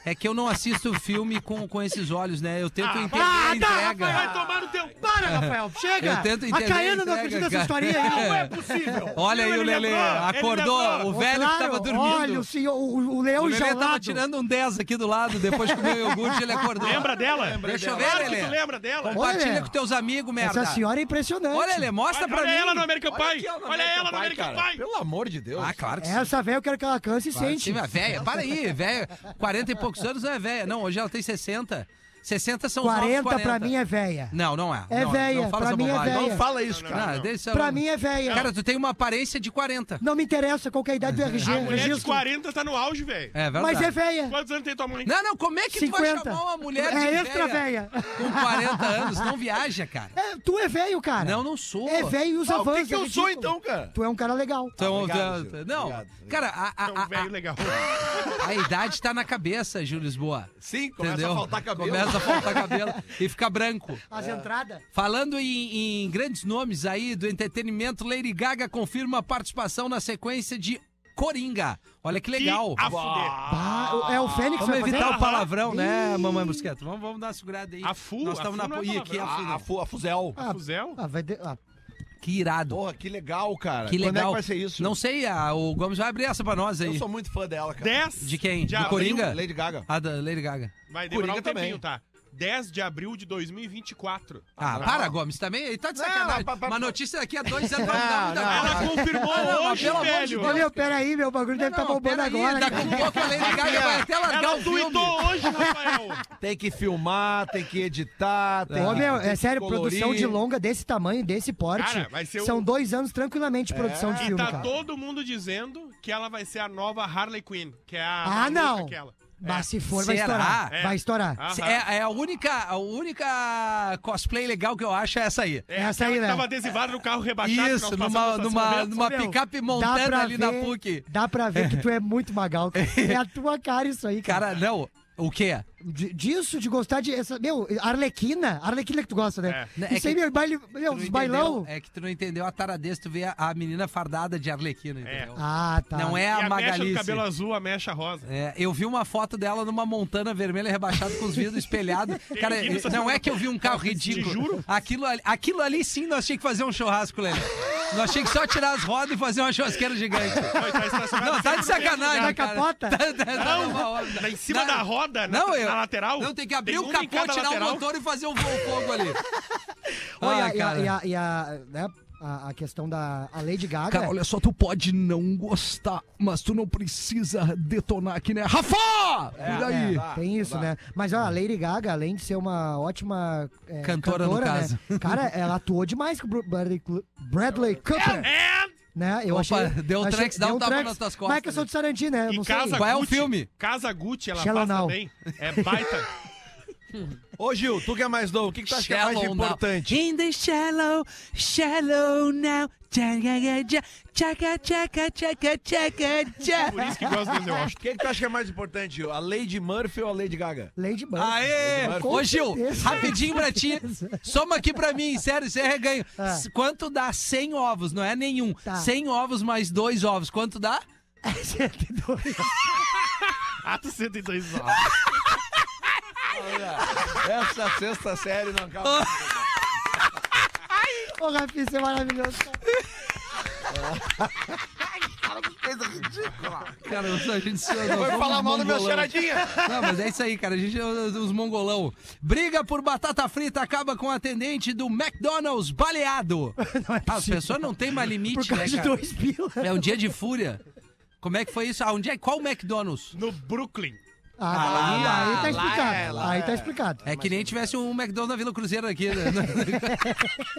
Speaker 4: É que eu não assisto filme com, com esses olhos, né? Eu tento entender a entrega.
Speaker 5: Vai tomar no teu pau!
Speaker 7: Para, Rafael, chega!
Speaker 4: Eu tento
Speaker 7: a
Speaker 4: entender a
Speaker 7: Caiana não
Speaker 4: entrega,
Speaker 7: acredita nessa
Speaker 4: cara.
Speaker 7: historinha né? aí.
Speaker 4: Não é
Speaker 7: possível.
Speaker 4: Olha aí
Speaker 5: Ele
Speaker 4: o Lelê.
Speaker 5: lembrou, ele
Speaker 4: Acordou.
Speaker 5: lembrou.
Speaker 4: O velho que tava dormindo.
Speaker 7: Olha, o, senhor, o, o leão
Speaker 4: O Lelê tava
Speaker 7: enjaulado.
Speaker 4: tirando um 10 aqui do lado, depois que comeu iogurte, ele acordou.
Speaker 5: Lembra dela?
Speaker 4: Deixa eu ver,
Speaker 5: Claro que
Speaker 4: Lelê.
Speaker 5: tu lembra dela.
Speaker 7: Olha,
Speaker 4: Compartilha
Speaker 7: Lelê.
Speaker 4: com teus amigos, merda.
Speaker 7: Essa senhora é impressionante.
Speaker 4: Olha, Lê, mostra
Speaker 5: olha
Speaker 4: pra
Speaker 5: olha
Speaker 4: mim.
Speaker 5: ela no American
Speaker 6: Olha aqui
Speaker 5: Pie.
Speaker 6: ela no
Speaker 5: Olha ela no
Speaker 6: American
Speaker 5: American
Speaker 6: Pie, cara.
Speaker 5: Pie.
Speaker 6: Pelo amor de Deus.
Speaker 4: Ah, claro que sim.
Speaker 7: Essa velha eu quero que ela canse e sente.
Speaker 4: Sim, é velha. Para aí, velha. 40 e poucos anos não é velha. Não, hoje ela tem 60. 60 são os novos
Speaker 7: 40,
Speaker 4: 40
Speaker 7: pra mim é velha.
Speaker 4: Não, não é.
Speaker 7: É
Speaker 4: Não,
Speaker 7: véia,
Speaker 4: Não fala
Speaker 7: pra
Speaker 4: essa
Speaker 7: mim é
Speaker 4: bobagem.
Speaker 7: véia.
Speaker 6: Não fala isso,
Speaker 5: Não, não,
Speaker 6: cara.
Speaker 4: Ah, deixa-
Speaker 7: Pra mim é velha.
Speaker 4: Cara, tu tem uma aparência de 40.
Speaker 7: Não me interessa qual que é a idade do RG.
Speaker 5: A mulher de
Speaker 7: registro.
Speaker 5: 40 tá no auge, velho.
Speaker 4: É verdade.
Speaker 7: Mas é velha.
Speaker 5: Quantos anos tem tua mãe?
Speaker 4: Não, não, como é que tu vai
Speaker 7: 50.
Speaker 4: chamar uma mulher de
Speaker 7: É
Speaker 4: véia
Speaker 7: extra véia.
Speaker 4: com 40 anos? Não viaja, cara.
Speaker 7: É, tu é velho, cara.
Speaker 4: Não, não sou.
Speaker 7: É velho e usa
Speaker 6: Ah, o
Speaker 7: avanços.
Speaker 6: que, que eu
Speaker 7: é
Speaker 6: sou,
Speaker 7: ridículo.
Speaker 6: então, cara?
Speaker 7: Tu é um cara legal.
Speaker 4: Então,
Speaker 6: Obrigado,
Speaker 4: então,
Speaker 6: Gil.
Speaker 4: não,
Speaker 6: Obrigado, obrigado.
Speaker 4: cara, a, a-
Speaker 5: É um
Speaker 4: a-
Speaker 5: velho legal.
Speaker 4: a- a idade tá na cabeça, Júlio Lisboa.
Speaker 6: Sim, começa
Speaker 4: Entendeu?
Speaker 6: a faltar cabelo.
Speaker 4: Começa a faltar cabelo e fica branco.
Speaker 7: As entradas.
Speaker 4: Falando em, em grandes nomes aí do entretenimento, Lady Gaga confirma a participação na sequência de Coringa. Olha que legal. Ah,
Speaker 5: Que A
Speaker 6: Ah,
Speaker 5: fuder.
Speaker 7: Bah, o- é o Fênix
Speaker 4: Vamos
Speaker 7: vai fazer?
Speaker 4: evitar o palavrão, né,
Speaker 7: Ih.
Speaker 4: mamãe Busqueta? Vamos, vamos dar uma segurada aí.
Speaker 5: A fu,
Speaker 4: Nós
Speaker 5: a
Speaker 4: estamos
Speaker 5: fu
Speaker 4: na
Speaker 5: não é
Speaker 4: Ih, que, a
Speaker 5: palavrão.
Speaker 6: A,
Speaker 4: fu-
Speaker 6: a,
Speaker 4: né?
Speaker 6: fu- a Fuzel.
Speaker 7: Ah,
Speaker 5: Fuzel?
Speaker 7: Ah, vai de... ah,
Speaker 4: que irado.
Speaker 6: Porra, que legal, cara.
Speaker 4: que
Speaker 6: Quando é
Speaker 4: legal.
Speaker 6: que vai ser isso?
Speaker 4: Não sei, a- o Gomes vai abrir essa pra nós aí.
Speaker 6: Eu sou muito fã dela, cara.
Speaker 5: 10
Speaker 4: De quem?
Speaker 5: De
Speaker 4: Do
Speaker 5: abril.
Speaker 4: Coringa?
Speaker 6: Lady Gaga.
Speaker 4: A da Lady Gaga.
Speaker 5: Vai demorar
Speaker 6: Coringa
Speaker 5: um tempinho,
Speaker 6: também.
Speaker 5: tá? 10 de abril de 2024.
Speaker 4: Ah,
Speaker 6: não.
Speaker 4: para, Gomes, também. Ele tá de sacanagem.
Speaker 6: pa- pa-
Speaker 4: Uma notícia daqui a dois anos vai mudar muita
Speaker 6: não,
Speaker 4: coisa.
Speaker 5: Ela confirmou
Speaker 4: mas
Speaker 5: hoje,
Speaker 4: pelo amor de
Speaker 5: velho.
Speaker 7: Ô, meu, peraí, meu bagulho deve tá
Speaker 4: Não,
Speaker 7: bombando
Speaker 4: peraí,
Speaker 7: agora.
Speaker 4: Daqui a
Speaker 7: cara.
Speaker 4: um pouco a Lady Gaga vai até largar
Speaker 5: Ela
Speaker 4: o filme.
Speaker 5: tweetou hoje, Rafael.
Speaker 6: Tem que filmar, tem que editar, tem
Speaker 7: Ô,
Speaker 6: que-
Speaker 7: meu,
Speaker 6: tem
Speaker 7: é
Speaker 6: que
Speaker 7: sério,
Speaker 6: colorir.
Speaker 7: produção de longa desse tamanho, desse porte.
Speaker 5: Cara, vai ser o-
Speaker 7: São dois anos tranquilamente de produção de
Speaker 5: E
Speaker 7: filme,
Speaker 5: tá
Speaker 7: cara.
Speaker 5: todo mundo dizendo que ela vai ser a nova Harley Quinn, que é a
Speaker 7: Ah,
Speaker 5: maluca
Speaker 7: não.
Speaker 5: aquela.
Speaker 7: Mas se for, vai
Speaker 4: Será?
Speaker 7: estourar.
Speaker 5: É.
Speaker 7: Vai estourar.
Speaker 5: Ah. Aham.
Speaker 4: É, é a única, a única cosplay legal que eu acho é essa aí.
Speaker 5: É
Speaker 7: Essa
Speaker 5: aquela
Speaker 7: aí,
Speaker 5: que
Speaker 7: né?
Speaker 5: tava adesivado no assim, carro rebaixado. que nós
Speaker 4: Isso, numa,
Speaker 5: passamos no
Speaker 4: numa,
Speaker 5: estacionamento.
Speaker 4: numa
Speaker 7: Meu,
Speaker 4: picape
Speaker 7: dá
Speaker 4: montando
Speaker 7: pra
Speaker 4: ali na
Speaker 7: ver-
Speaker 4: PUC.
Speaker 7: Dá pra ver que tu é muito magal. cara. É a tua cara isso aí, cara.
Speaker 4: Cara, não, o quê?
Speaker 7: D- disso, de gostar de. Essa, meu, Arlequina. Arlequina que tu gosta, né?
Speaker 4: É. É
Speaker 7: Isso aí,
Speaker 4: que-
Speaker 7: meu, baile, meu
Speaker 4: Tu não
Speaker 7: os
Speaker 4: entendeu?
Speaker 7: bailão.
Speaker 4: É que tu não entendeu a taradez, tu vê a, a menina fardada de arlequina, entendeu?
Speaker 7: Ah, tá.
Speaker 4: Não é
Speaker 5: E
Speaker 4: a
Speaker 5: a mecha do
Speaker 4: Magalice.
Speaker 5: cabelo azul, a mecha rosa.
Speaker 4: É, eu vi uma foto dela numa montana vermelha rebaixada com os vidros espelhados. Cara,
Speaker 5: Tem vidro
Speaker 4: não é que eu vi um carro ridículo.
Speaker 5: juro.
Speaker 4: Aquilo ali, aquilo ali sim nós tínhamos que fazer um churrasco, Lelê. Nós tínhamos que só tirar as rodas e fazer uma churrasqueira gigante.
Speaker 5: Não, tá estacionado
Speaker 4: Não, tá
Speaker 5: sempre
Speaker 4: de
Speaker 5: no
Speaker 4: sacanagem,
Speaker 7: Na
Speaker 5: mesmo lugar.
Speaker 4: cara.
Speaker 7: capota?
Speaker 4: Tá, tá, tá
Speaker 5: Não,
Speaker 4: numa onda.
Speaker 5: tá em cima da roda, na- na lateral.
Speaker 4: Não, tem que abrir
Speaker 5: Tem
Speaker 4: o
Speaker 5: uma em
Speaker 4: capô,
Speaker 5: cada
Speaker 4: tirar o
Speaker 5: lateral.
Speaker 4: motor e fazer um voo fogo ali.
Speaker 7: Olha,
Speaker 4: Ah,
Speaker 7: e a,
Speaker 4: cara.
Speaker 7: e a, e a, né, a- a questão da a Lady Gaga.
Speaker 8: Cara, olha só, tu pode não gostar, mas tu não precisa detonar aqui, né? Rafa! e
Speaker 7: É,
Speaker 8: daí?
Speaker 7: tem isso, né? Mas olha, a Lady Gaga, além de ser uma ótima é,
Speaker 4: Cantora, no
Speaker 7: né?
Speaker 4: caso.
Speaker 7: Cara, ela atuou demais com o Bru- Bradley, Clu- Bradley Cooper,
Speaker 5: É,
Speaker 7: né? Eu
Speaker 4: Opa,
Speaker 7: achei,
Speaker 4: deu
Speaker 7: achei,
Speaker 4: trex, dá um tapa nas tuas costas,
Speaker 7: Mas é que eu sou
Speaker 4: né?
Speaker 7: de Sarandi, né? Eu
Speaker 5: e
Speaker 7: não sei.
Speaker 5: Casa
Speaker 4: Qual é o
Speaker 5: Gucci-
Speaker 4: filme?
Speaker 5: Casa Gucci, ela
Speaker 7: Shallow
Speaker 5: faz
Speaker 7: Now.
Speaker 5: também. É baita.
Speaker 6: Ô, Gil, tu que é mais novo, o que, que tu acha que é mais
Speaker 4: Shallow now.
Speaker 6: importante?
Speaker 4: In the shallow, shallow now. Tchaca, tchaca, tchaca, tchaca, tchaca,
Speaker 5: Por
Speaker 4: tchaca.
Speaker 5: isso que gosto desse, eu acho.
Speaker 6: O que, que tu acha que é mais importante, Gil? A Lady Murphy ou a Lady Gaga?
Speaker 7: Lady Bird.
Speaker 4: Aê!
Speaker 7: Com
Speaker 4: Ah, é? Ô, Gil,
Speaker 7: certeza.
Speaker 4: rapidinho pra ti. Soma aqui pra mim, sério, isso é reganho.
Speaker 7: Ah.
Speaker 4: S- Quanto dá 100 ovos? Não é nenhum.
Speaker 7: Tá.
Speaker 4: 100 ovos mais 2 ovos. Quanto dá?
Speaker 7: É,
Speaker 5: Ato 102
Speaker 6: Essa sexta série não acaba.
Speaker 7: Ô, Rafi, isso é maravilhoso.
Speaker 4: Cara, eu sou- a gente sou- nós
Speaker 6: Foi
Speaker 4: somos
Speaker 6: falar mal do meu
Speaker 4: mongolão.
Speaker 6: cheiradinha.
Speaker 4: Não, mas é isso aí, cara. A gente é os mongolão. Briga por batata frita acaba com o atendente do McDonald's baleado. Ah, as pessoas não têm mais limite,
Speaker 7: é Por causa
Speaker 4: né,
Speaker 7: de
Speaker 4: cara?
Speaker 7: dois pila.
Speaker 4: É um dia de fúria. Como é que foi isso? Ah, onde é? Qual McDonald's?
Speaker 5: No Brooklyn.
Speaker 7: Ah,
Speaker 4: lá,
Speaker 7: aí, aí
Speaker 4: lá
Speaker 7: tá explicado. aí tá explicado.
Speaker 4: É que nem tivesse um McDonald's na Vila Cruzeiro aqui. Né?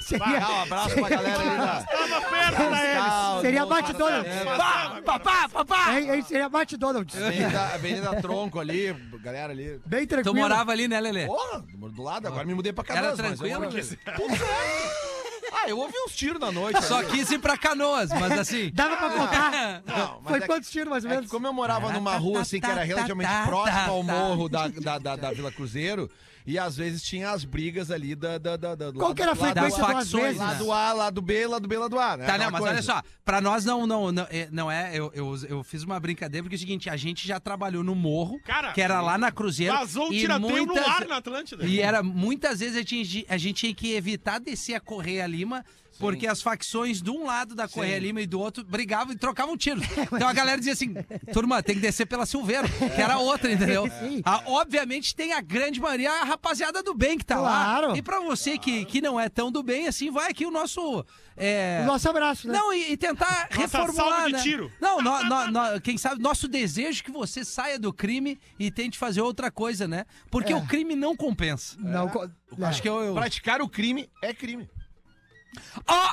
Speaker 7: Seria,
Speaker 6: Ah, um abraço pra galera aí da.
Speaker 5: Tava perto da
Speaker 4: é
Speaker 5: eles.
Speaker 7: seria Bat Donald.
Speaker 4: Pá, papá, papá!
Speaker 7: É, é, seria Bat Donald.
Speaker 6: Avenida, Avenida Tronco ali, galera ali.
Speaker 7: Bem
Speaker 4: É. Tu
Speaker 7: tranquilo.
Speaker 4: morava ali, né, Lelê?
Speaker 6: Porra, do lado, agora me mudei pra Canoas.
Speaker 4: Era
Speaker 6: mas eu
Speaker 4: tranquilo?
Speaker 6: morava ali. Puta, é. Ah, eu ouvi uns tiros na noite. né?
Speaker 4: Só
Speaker 6: ali.
Speaker 4: quis ir pra Canoas, mas assim...
Speaker 7: Dava pra contar.
Speaker 6: Não, mas
Speaker 7: Foi
Speaker 6: é que-
Speaker 7: quantos tiros, mais ou
Speaker 6: É que
Speaker 7: menos?
Speaker 6: como eu morava numa rua assim que era relativamente próxima ao morro da, da, da, da Vila Cruzeiro, e às vezes tinha as brigas ali da. da, da, da
Speaker 7: Qual que era a frequência
Speaker 4: das
Speaker 7: duas
Speaker 4: facções,
Speaker 7: vezes?
Speaker 4: né?
Speaker 6: Lá do A, lá do B, lá do B, lá do A,
Speaker 7: É,
Speaker 6: né?
Speaker 4: Tá,
Speaker 6: Aquela
Speaker 4: não, mas
Speaker 6: coisa.
Speaker 4: olha só, pra nós não, não, não é, não é eu, eu, eu fiz uma brincadeira, porque é o seguinte, a gente já trabalhou no morro,
Speaker 5: Cara,
Speaker 4: que era lá na Cruzeiro.
Speaker 5: Vazou o
Speaker 4: e
Speaker 5: tiroteio
Speaker 4: muitas-
Speaker 5: no ar na Atlântida.
Speaker 4: E era muitas vezes a gente, a gente tinha que evitar descer a Correia Lima, porque as facções de um lado da Correia Lima e do outro brigavam e trocavam tiros.
Speaker 7: É,
Speaker 4: Então a galera dizia assim: turma, tem que descer pela Silveira, que era a outra, entendeu?
Speaker 7: Sim.
Speaker 4: Ah, obviamente tem a grande maioria, a rapaziada do bem que tá lá.
Speaker 7: Claro.
Speaker 4: E pra você que, que não é tão do bem assim, vai aqui o nosso. é,
Speaker 7: O Nosso abraço, né?
Speaker 4: não, e, e tentar reformular,
Speaker 5: salva de
Speaker 4: né?
Speaker 5: tiro.
Speaker 4: Não, nó- nó- nó- quem sabe nosso desejo é que você saia do crime e tente fazer outra coisa, né?
Speaker 6: É.
Speaker 4: Porque o crime não compensa.
Speaker 7: Não, co- não.
Speaker 4: É. Acho que eu, eu...
Speaker 6: Praticar o crime é crime.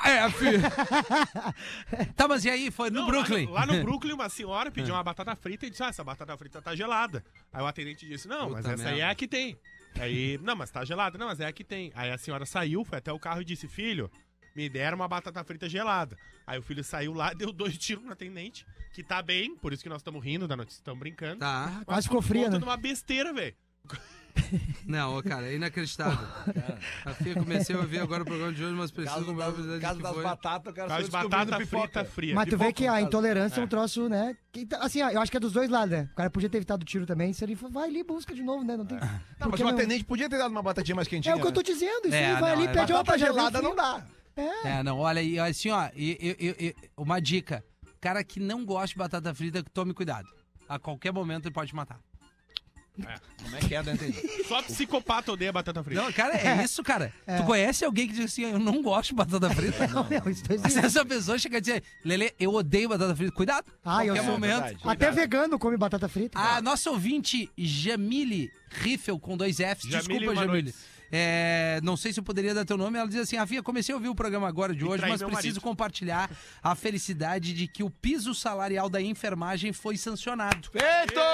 Speaker 4: é, Tá, mas e aí? Foi no
Speaker 5: Não,
Speaker 4: Brooklyn. É.
Speaker 5: Lá no, lá no Brooklyn, uma senhora pediu uma batata frita e disse: Ah, essa batata frita tá gelada. Aí o atendente disse: Não, mas
Speaker 4: Puta
Speaker 5: essa aí é
Speaker 4: merda.
Speaker 5: a que tem. Aí, não, mas tá gelada. Não, mas é a que tem. Aí a senhora saiu, foi até o carro e disse: Filho, me deram uma batata frita gelada. Aí o filho saiu lá, deu dois tiros no atendente, que tá bem, por isso que nós estamos rindo da notícia, estamos brincando.
Speaker 4: Tá.
Speaker 7: Ah, Quase ficou fria, né?
Speaker 5: Conta de uma besteira, velho.
Speaker 4: Não, ô, cara, é inacreditável. A FIA comecei a ver agora o programa de hoje, mas preciso
Speaker 6: Caso,
Speaker 4: comprar a
Speaker 6: das,
Speaker 4: verdade
Speaker 6: caso
Speaker 4: que
Speaker 6: das
Speaker 4: foi.
Speaker 6: batatas, eu quero
Speaker 5: Causa
Speaker 6: saber
Speaker 5: de
Speaker 6: descobrir
Speaker 5: batata
Speaker 6: do pipoca.
Speaker 5: frita fria.
Speaker 7: Mas tu vê que a
Speaker 6: caso.
Speaker 7: intolerância é um
Speaker 5: É.
Speaker 7: troço, né? que tá- assim, ó, eu acho que é dos dois lados, né? O cara podia ter evitado o tiro também. Se ele for, vai ali e busca de novo, né? Não tem.
Speaker 4: Tá,
Speaker 6: Não, mas
Speaker 7: porque
Speaker 6: o
Speaker 7: não-
Speaker 6: atendente podia ter dado uma batatinha mais quentinha.
Speaker 7: É o que eu tô
Speaker 6: né?
Speaker 7: dizendo. Isso
Speaker 4: É,
Speaker 7: aí vai
Speaker 4: não,
Speaker 7: ali,
Speaker 4: é
Speaker 7: pede
Speaker 6: Batata
Speaker 7: uma pra
Speaker 6: gelada não dá.
Speaker 4: É, não, olha aí, assim, ó, e- e- e- e- uma dica. Cara que não gosta de batata frita, tome cuidado. A qualquer momento ele pode te matar.
Speaker 6: Como é que é, atendente?
Speaker 5: Só psicopata odeia batata frita.
Speaker 4: Não, cara, é isso, cara. Tu conhece alguém que diz assim, eu não gosto de batata frita?
Speaker 7: Não, não, isso
Speaker 4: Mas é
Speaker 7: existe.
Speaker 4: essa pessoa chega a dizer, Lele, eu odeio batata frita. Cuidado.
Speaker 7: Ah, eu
Speaker 4: qualquer
Speaker 7: sou- Ah,
Speaker 4: momento.
Speaker 6: Verdade.
Speaker 7: Até vegano come
Speaker 4: Então,
Speaker 7: batata frita.
Speaker 4: A nossa ouvinte Jamile Riffel, com dois Fs,
Speaker 5: Jamile
Speaker 4: desculpa, Jamile.
Speaker 5: Manoides.
Speaker 4: É, não sei se eu poderia dar teu nome. Ela diz assim: Rafinha, comecei a ouvir o programa agora de hoje,
Speaker 5: traí
Speaker 4: mas
Speaker 5: meu
Speaker 4: preciso
Speaker 5: marido.
Speaker 4: compartilhar a felicidade de que o piso salarial da enfermagem foi sancionado.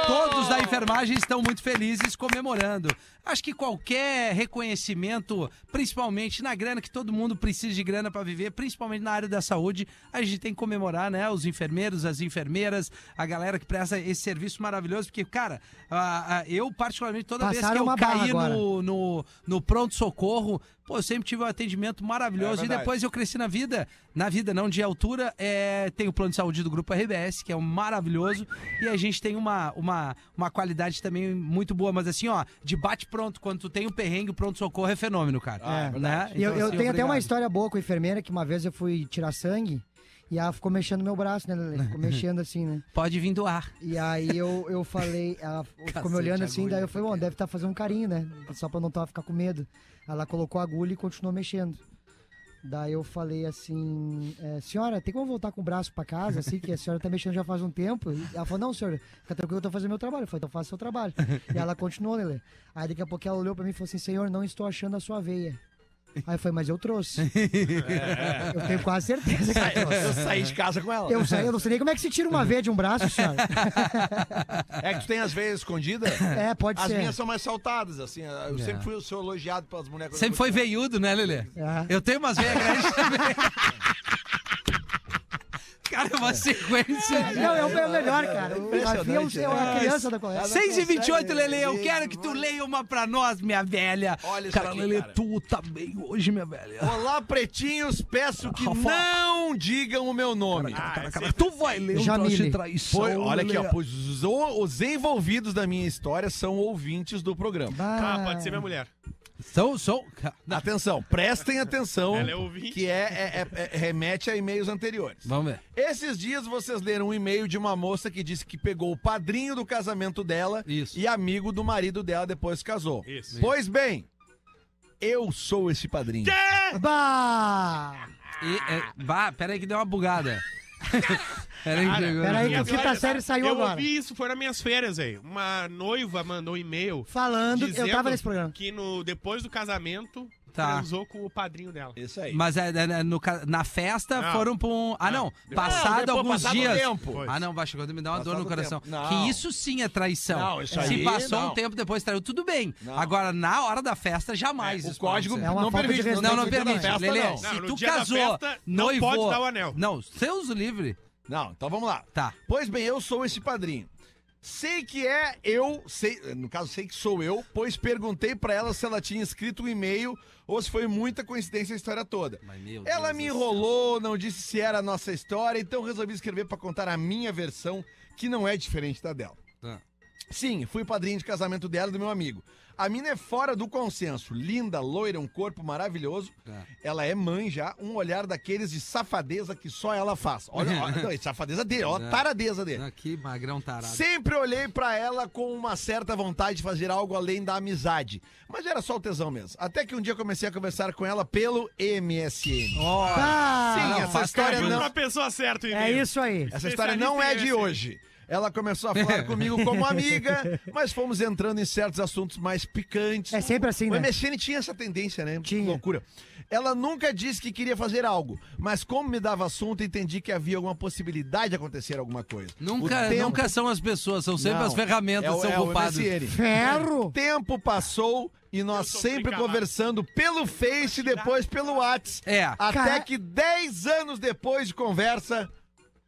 Speaker 4: Todos da enfermagem estão muito felizes comemorando. Acho que qualquer reconhecimento, principalmente na grana, que todo mundo precisa de grana para viver, principalmente na área da saúde, a gente tem que comemorar, né? Os enfermeiros, as enfermeiras, a galera que presta esse serviço maravilhoso, porque, cara, a- a- eu particularmente, toda vez
Speaker 7: Passaram
Speaker 4: que eu
Speaker 7: uma barra
Speaker 4: caí
Speaker 7: agora.
Speaker 4: no, no, no pronto-socorro, pô, eu sempre tive um atendimento maravilhoso
Speaker 6: É
Speaker 4: e
Speaker 6: verdade.
Speaker 4: depois eu cresci na vida. Na vida, não de altura, é, tem o plano de saúde do Grupo RBS, que é um maravilhoso. E a gente tem uma, uma, uma qualidade também muito boa. Mas assim, ó, de bate-pronto, quando tu tem o perrengue, o pronto-socorro é fenômeno, cara.
Speaker 7: Ah, é
Speaker 4: né?
Speaker 7: E eu,
Speaker 4: Então,
Speaker 7: eu
Speaker 4: assim,
Speaker 7: tenho até uma
Speaker 4: obrigado.
Speaker 7: história boa com a enfermeira que uma vez eu fui tirar sangue e ela ficou mexendo no meu braço, né? Lele? Ficou mexendo assim, né?
Speaker 4: Pode vir do ar.
Speaker 7: E aí eu, eu falei, ela ficou me olhando assim, daí eu falei, bom, deve estar fazendo um carinho, né? Só pra eu não tá, ficar com medo. Ela colocou a agulha e continuou mexendo. Daí eu falei assim, é, senhora, tem como voltar com o braço pra casa, assim, que a senhora tá mexendo já faz um tempo? E ela falou, não, senhora, fica tranquilo, eu tô fazendo meu trabalho. Eu falei, então faça seu trabalho. E ela continuou, Lele. Aí daqui a pouco ela olhou pra mim e falou assim, senhor, não estou achando a sua veia. Aí eu falei, mas eu trouxe. Eu tenho quase certeza que eu trouxe.
Speaker 6: Eu saí de casa com ela.
Speaker 7: Eu, saí, eu não sei nem como é que se tira uma veia de um braço, senhora.
Speaker 6: É que tu tem as veias escondidas?
Speaker 7: É, pode
Speaker 6: As
Speaker 7: ser.
Speaker 6: minhas são mais saltadas, assim. Eu sempre fui o seu elogiado pelas bonecas.
Speaker 4: Sempre foi veiudo, né, Lelê?
Speaker 7: É.
Speaker 4: Eu tenho umas veias grandes também. Cara, é uma sequência de...
Speaker 7: Não, é o é o melhor, cara. O Rafinha é um-
Speaker 6: né?
Speaker 7: é uma criança da colégia.
Speaker 4: 6 e 28 Lele, eu
Speaker 6: Gente,
Speaker 4: quero que tu
Speaker 6: mano.
Speaker 4: leia uma pra nós, minha velha.
Speaker 6: Olha isso
Speaker 4: cara,
Speaker 6: aqui,
Speaker 4: Lele,
Speaker 6: cara.
Speaker 4: tu tá bem hoje, minha velha.
Speaker 6: Olá, pretinhos, peço que
Speaker 4: Rafa.
Speaker 6: não digam o meu nome.
Speaker 4: Cara, cara, tá tu vai ler um
Speaker 7: Jamile.
Speaker 4: troço de traição,
Speaker 6: Foi, olha aqui, ó.
Speaker 4: Lelê.
Speaker 6: pois Os, os envolvidos da minha história são ouvintes do programa.
Speaker 7: Bah.
Speaker 5: Ah, pode ser minha mulher.
Speaker 4: São, são... ca- não,
Speaker 6: Atenção, prestem atenção.
Speaker 5: Ela é ouvinte.
Speaker 6: Que é, é- é- é- remete a e-mails anteriores.
Speaker 4: Vamos ver.
Speaker 6: Esses dias vocês leram um e-mail de uma moça que disse que pegou o padrinho do casamento dela
Speaker 4: Isso.
Speaker 6: e amigo do marido dela depois se casou.
Speaker 5: Isso.
Speaker 6: Pois bem, eu sou esse padrinho.
Speaker 7: Bah!
Speaker 4: E, é, bah, peraí que deu uma bugada. peraí que
Speaker 5: Cara,
Speaker 4: deu-
Speaker 7: Peraí que
Speaker 5: minha
Speaker 7: o quinta
Speaker 5: glória,
Speaker 7: série
Speaker 5: tá?
Speaker 7: saiu
Speaker 5: eu
Speaker 7: agora.
Speaker 5: ouvi isso, foi nas minhas férias, aí. Uma noiva mandou um e-mail.
Speaker 7: Falando, eu
Speaker 5: dizendo
Speaker 7: tava nesse programa.
Speaker 5: Que no, depois do casamento,
Speaker 4: Tá.
Speaker 5: transou com o padrinho dela.
Speaker 6: Isso aí.
Speaker 4: Mas é, é, é, no ca- na festa
Speaker 5: Não.
Speaker 4: foram pra um. Ah, não.
Speaker 5: Não,
Speaker 4: Passado
Speaker 6: depois,
Speaker 4: alguns
Speaker 6: passado o
Speaker 4: dias.
Speaker 6: tempo.
Speaker 4: Ah, não, baixo, agora me dá uma
Speaker 6: Passado
Speaker 4: dor no
Speaker 6: o
Speaker 4: coração.
Speaker 6: tempo. Não.
Speaker 4: Que isso sim é traição.
Speaker 6: Não, isso
Speaker 4: Se
Speaker 6: aí,
Speaker 4: passou
Speaker 6: não.
Speaker 4: um tempo, depois traiu, tudo bem.
Speaker 6: Não.
Speaker 4: Agora, na hora da festa, jamais.
Speaker 6: o
Speaker 4: isso pode
Speaker 6: código
Speaker 4: ser.
Speaker 7: É uma
Speaker 6: não
Speaker 7: falta de
Speaker 6: permite.
Speaker 7: respeito.
Speaker 4: Não, não
Speaker 7: no dia da
Speaker 4: permite.
Speaker 6: festa,
Speaker 4: Lelê,
Speaker 6: não.
Speaker 4: se
Speaker 5: Não, no
Speaker 4: tu
Speaker 5: dia da
Speaker 4: casou,
Speaker 5: festa, não
Speaker 4: noivou...
Speaker 5: pode dar o anel.
Speaker 4: Não, Deus o livre.
Speaker 6: Não, então vamos lá.
Speaker 4: Tá.
Speaker 6: Pois bem, eu sou esse padrinho. Sei que é eu, sei, no caso sei que sou eu, pois perguntei pra ela se ela tinha escrito um e-mail ou se foi muita coincidência a história toda.
Speaker 4: meu
Speaker 6: ela
Speaker 4: Deus
Speaker 6: me
Speaker 4: do céu.
Speaker 6: enrolou, não disse se era a nossa história, então resolvi escrever pra contar a minha versão, que não é diferente da dela.
Speaker 4: Tá.
Speaker 6: Sim, fui padrinho de casamento dela e do meu amigo. A mina é fora do consenso, linda, loira, um corpo maravilhoso.
Speaker 4: Tá.
Speaker 6: Ela é mãe já, um olhar daqueles de safadeza que só ela faz. Olha, olha não, é safadeza dele, olha a taradeza dele.
Speaker 4: Aqui, magrão tarado.
Speaker 6: Sempre olhei pra ela com uma certa vontade de fazer algo além da amizade. Mas era só o tesão mesmo. Até que um dia comecei a conversar com ela pelo MSN.
Speaker 7: Bah!
Speaker 6: Sim, essa
Speaker 4: faz
Speaker 6: história
Speaker 5: Caiu
Speaker 6: não.
Speaker 5: na pessoa certa, o
Speaker 7: É
Speaker 5: e-mail.
Speaker 7: isso aí.
Speaker 6: Essa história não é de
Speaker 5: Especialista em
Speaker 6: hoje. Ela começou a falar comigo como amiga, mas fomos entrando em certos assuntos mais picantes.
Speaker 7: É sempre assim,
Speaker 6: o
Speaker 7: né?
Speaker 6: MSN tinha essa tendência, né?
Speaker 7: Tinha.
Speaker 6: Que Loucura. Ela nunca disse que queria fazer algo, mas como me dava assunto, entendi que havia alguma possibilidade de acontecer alguma coisa.
Speaker 4: Nunca,
Speaker 6: O tempo-
Speaker 4: nunca são as pessoas, são sempre
Speaker 6: Não,
Speaker 4: as ferramentas
Speaker 6: é
Speaker 4: que
Speaker 6: o-
Speaker 4: são
Speaker 6: é o
Speaker 4: culpadas.
Speaker 6: MSN. O
Speaker 7: Ferro!
Speaker 6: tempo passou e nós
Speaker 5: sou
Speaker 6: sempre
Speaker 5: brincar lá.
Speaker 6: conversando pelo Face e depois pelo Whats.
Speaker 4: É.
Speaker 6: Até
Speaker 7: Cara-
Speaker 6: que 10 anos depois de conversa,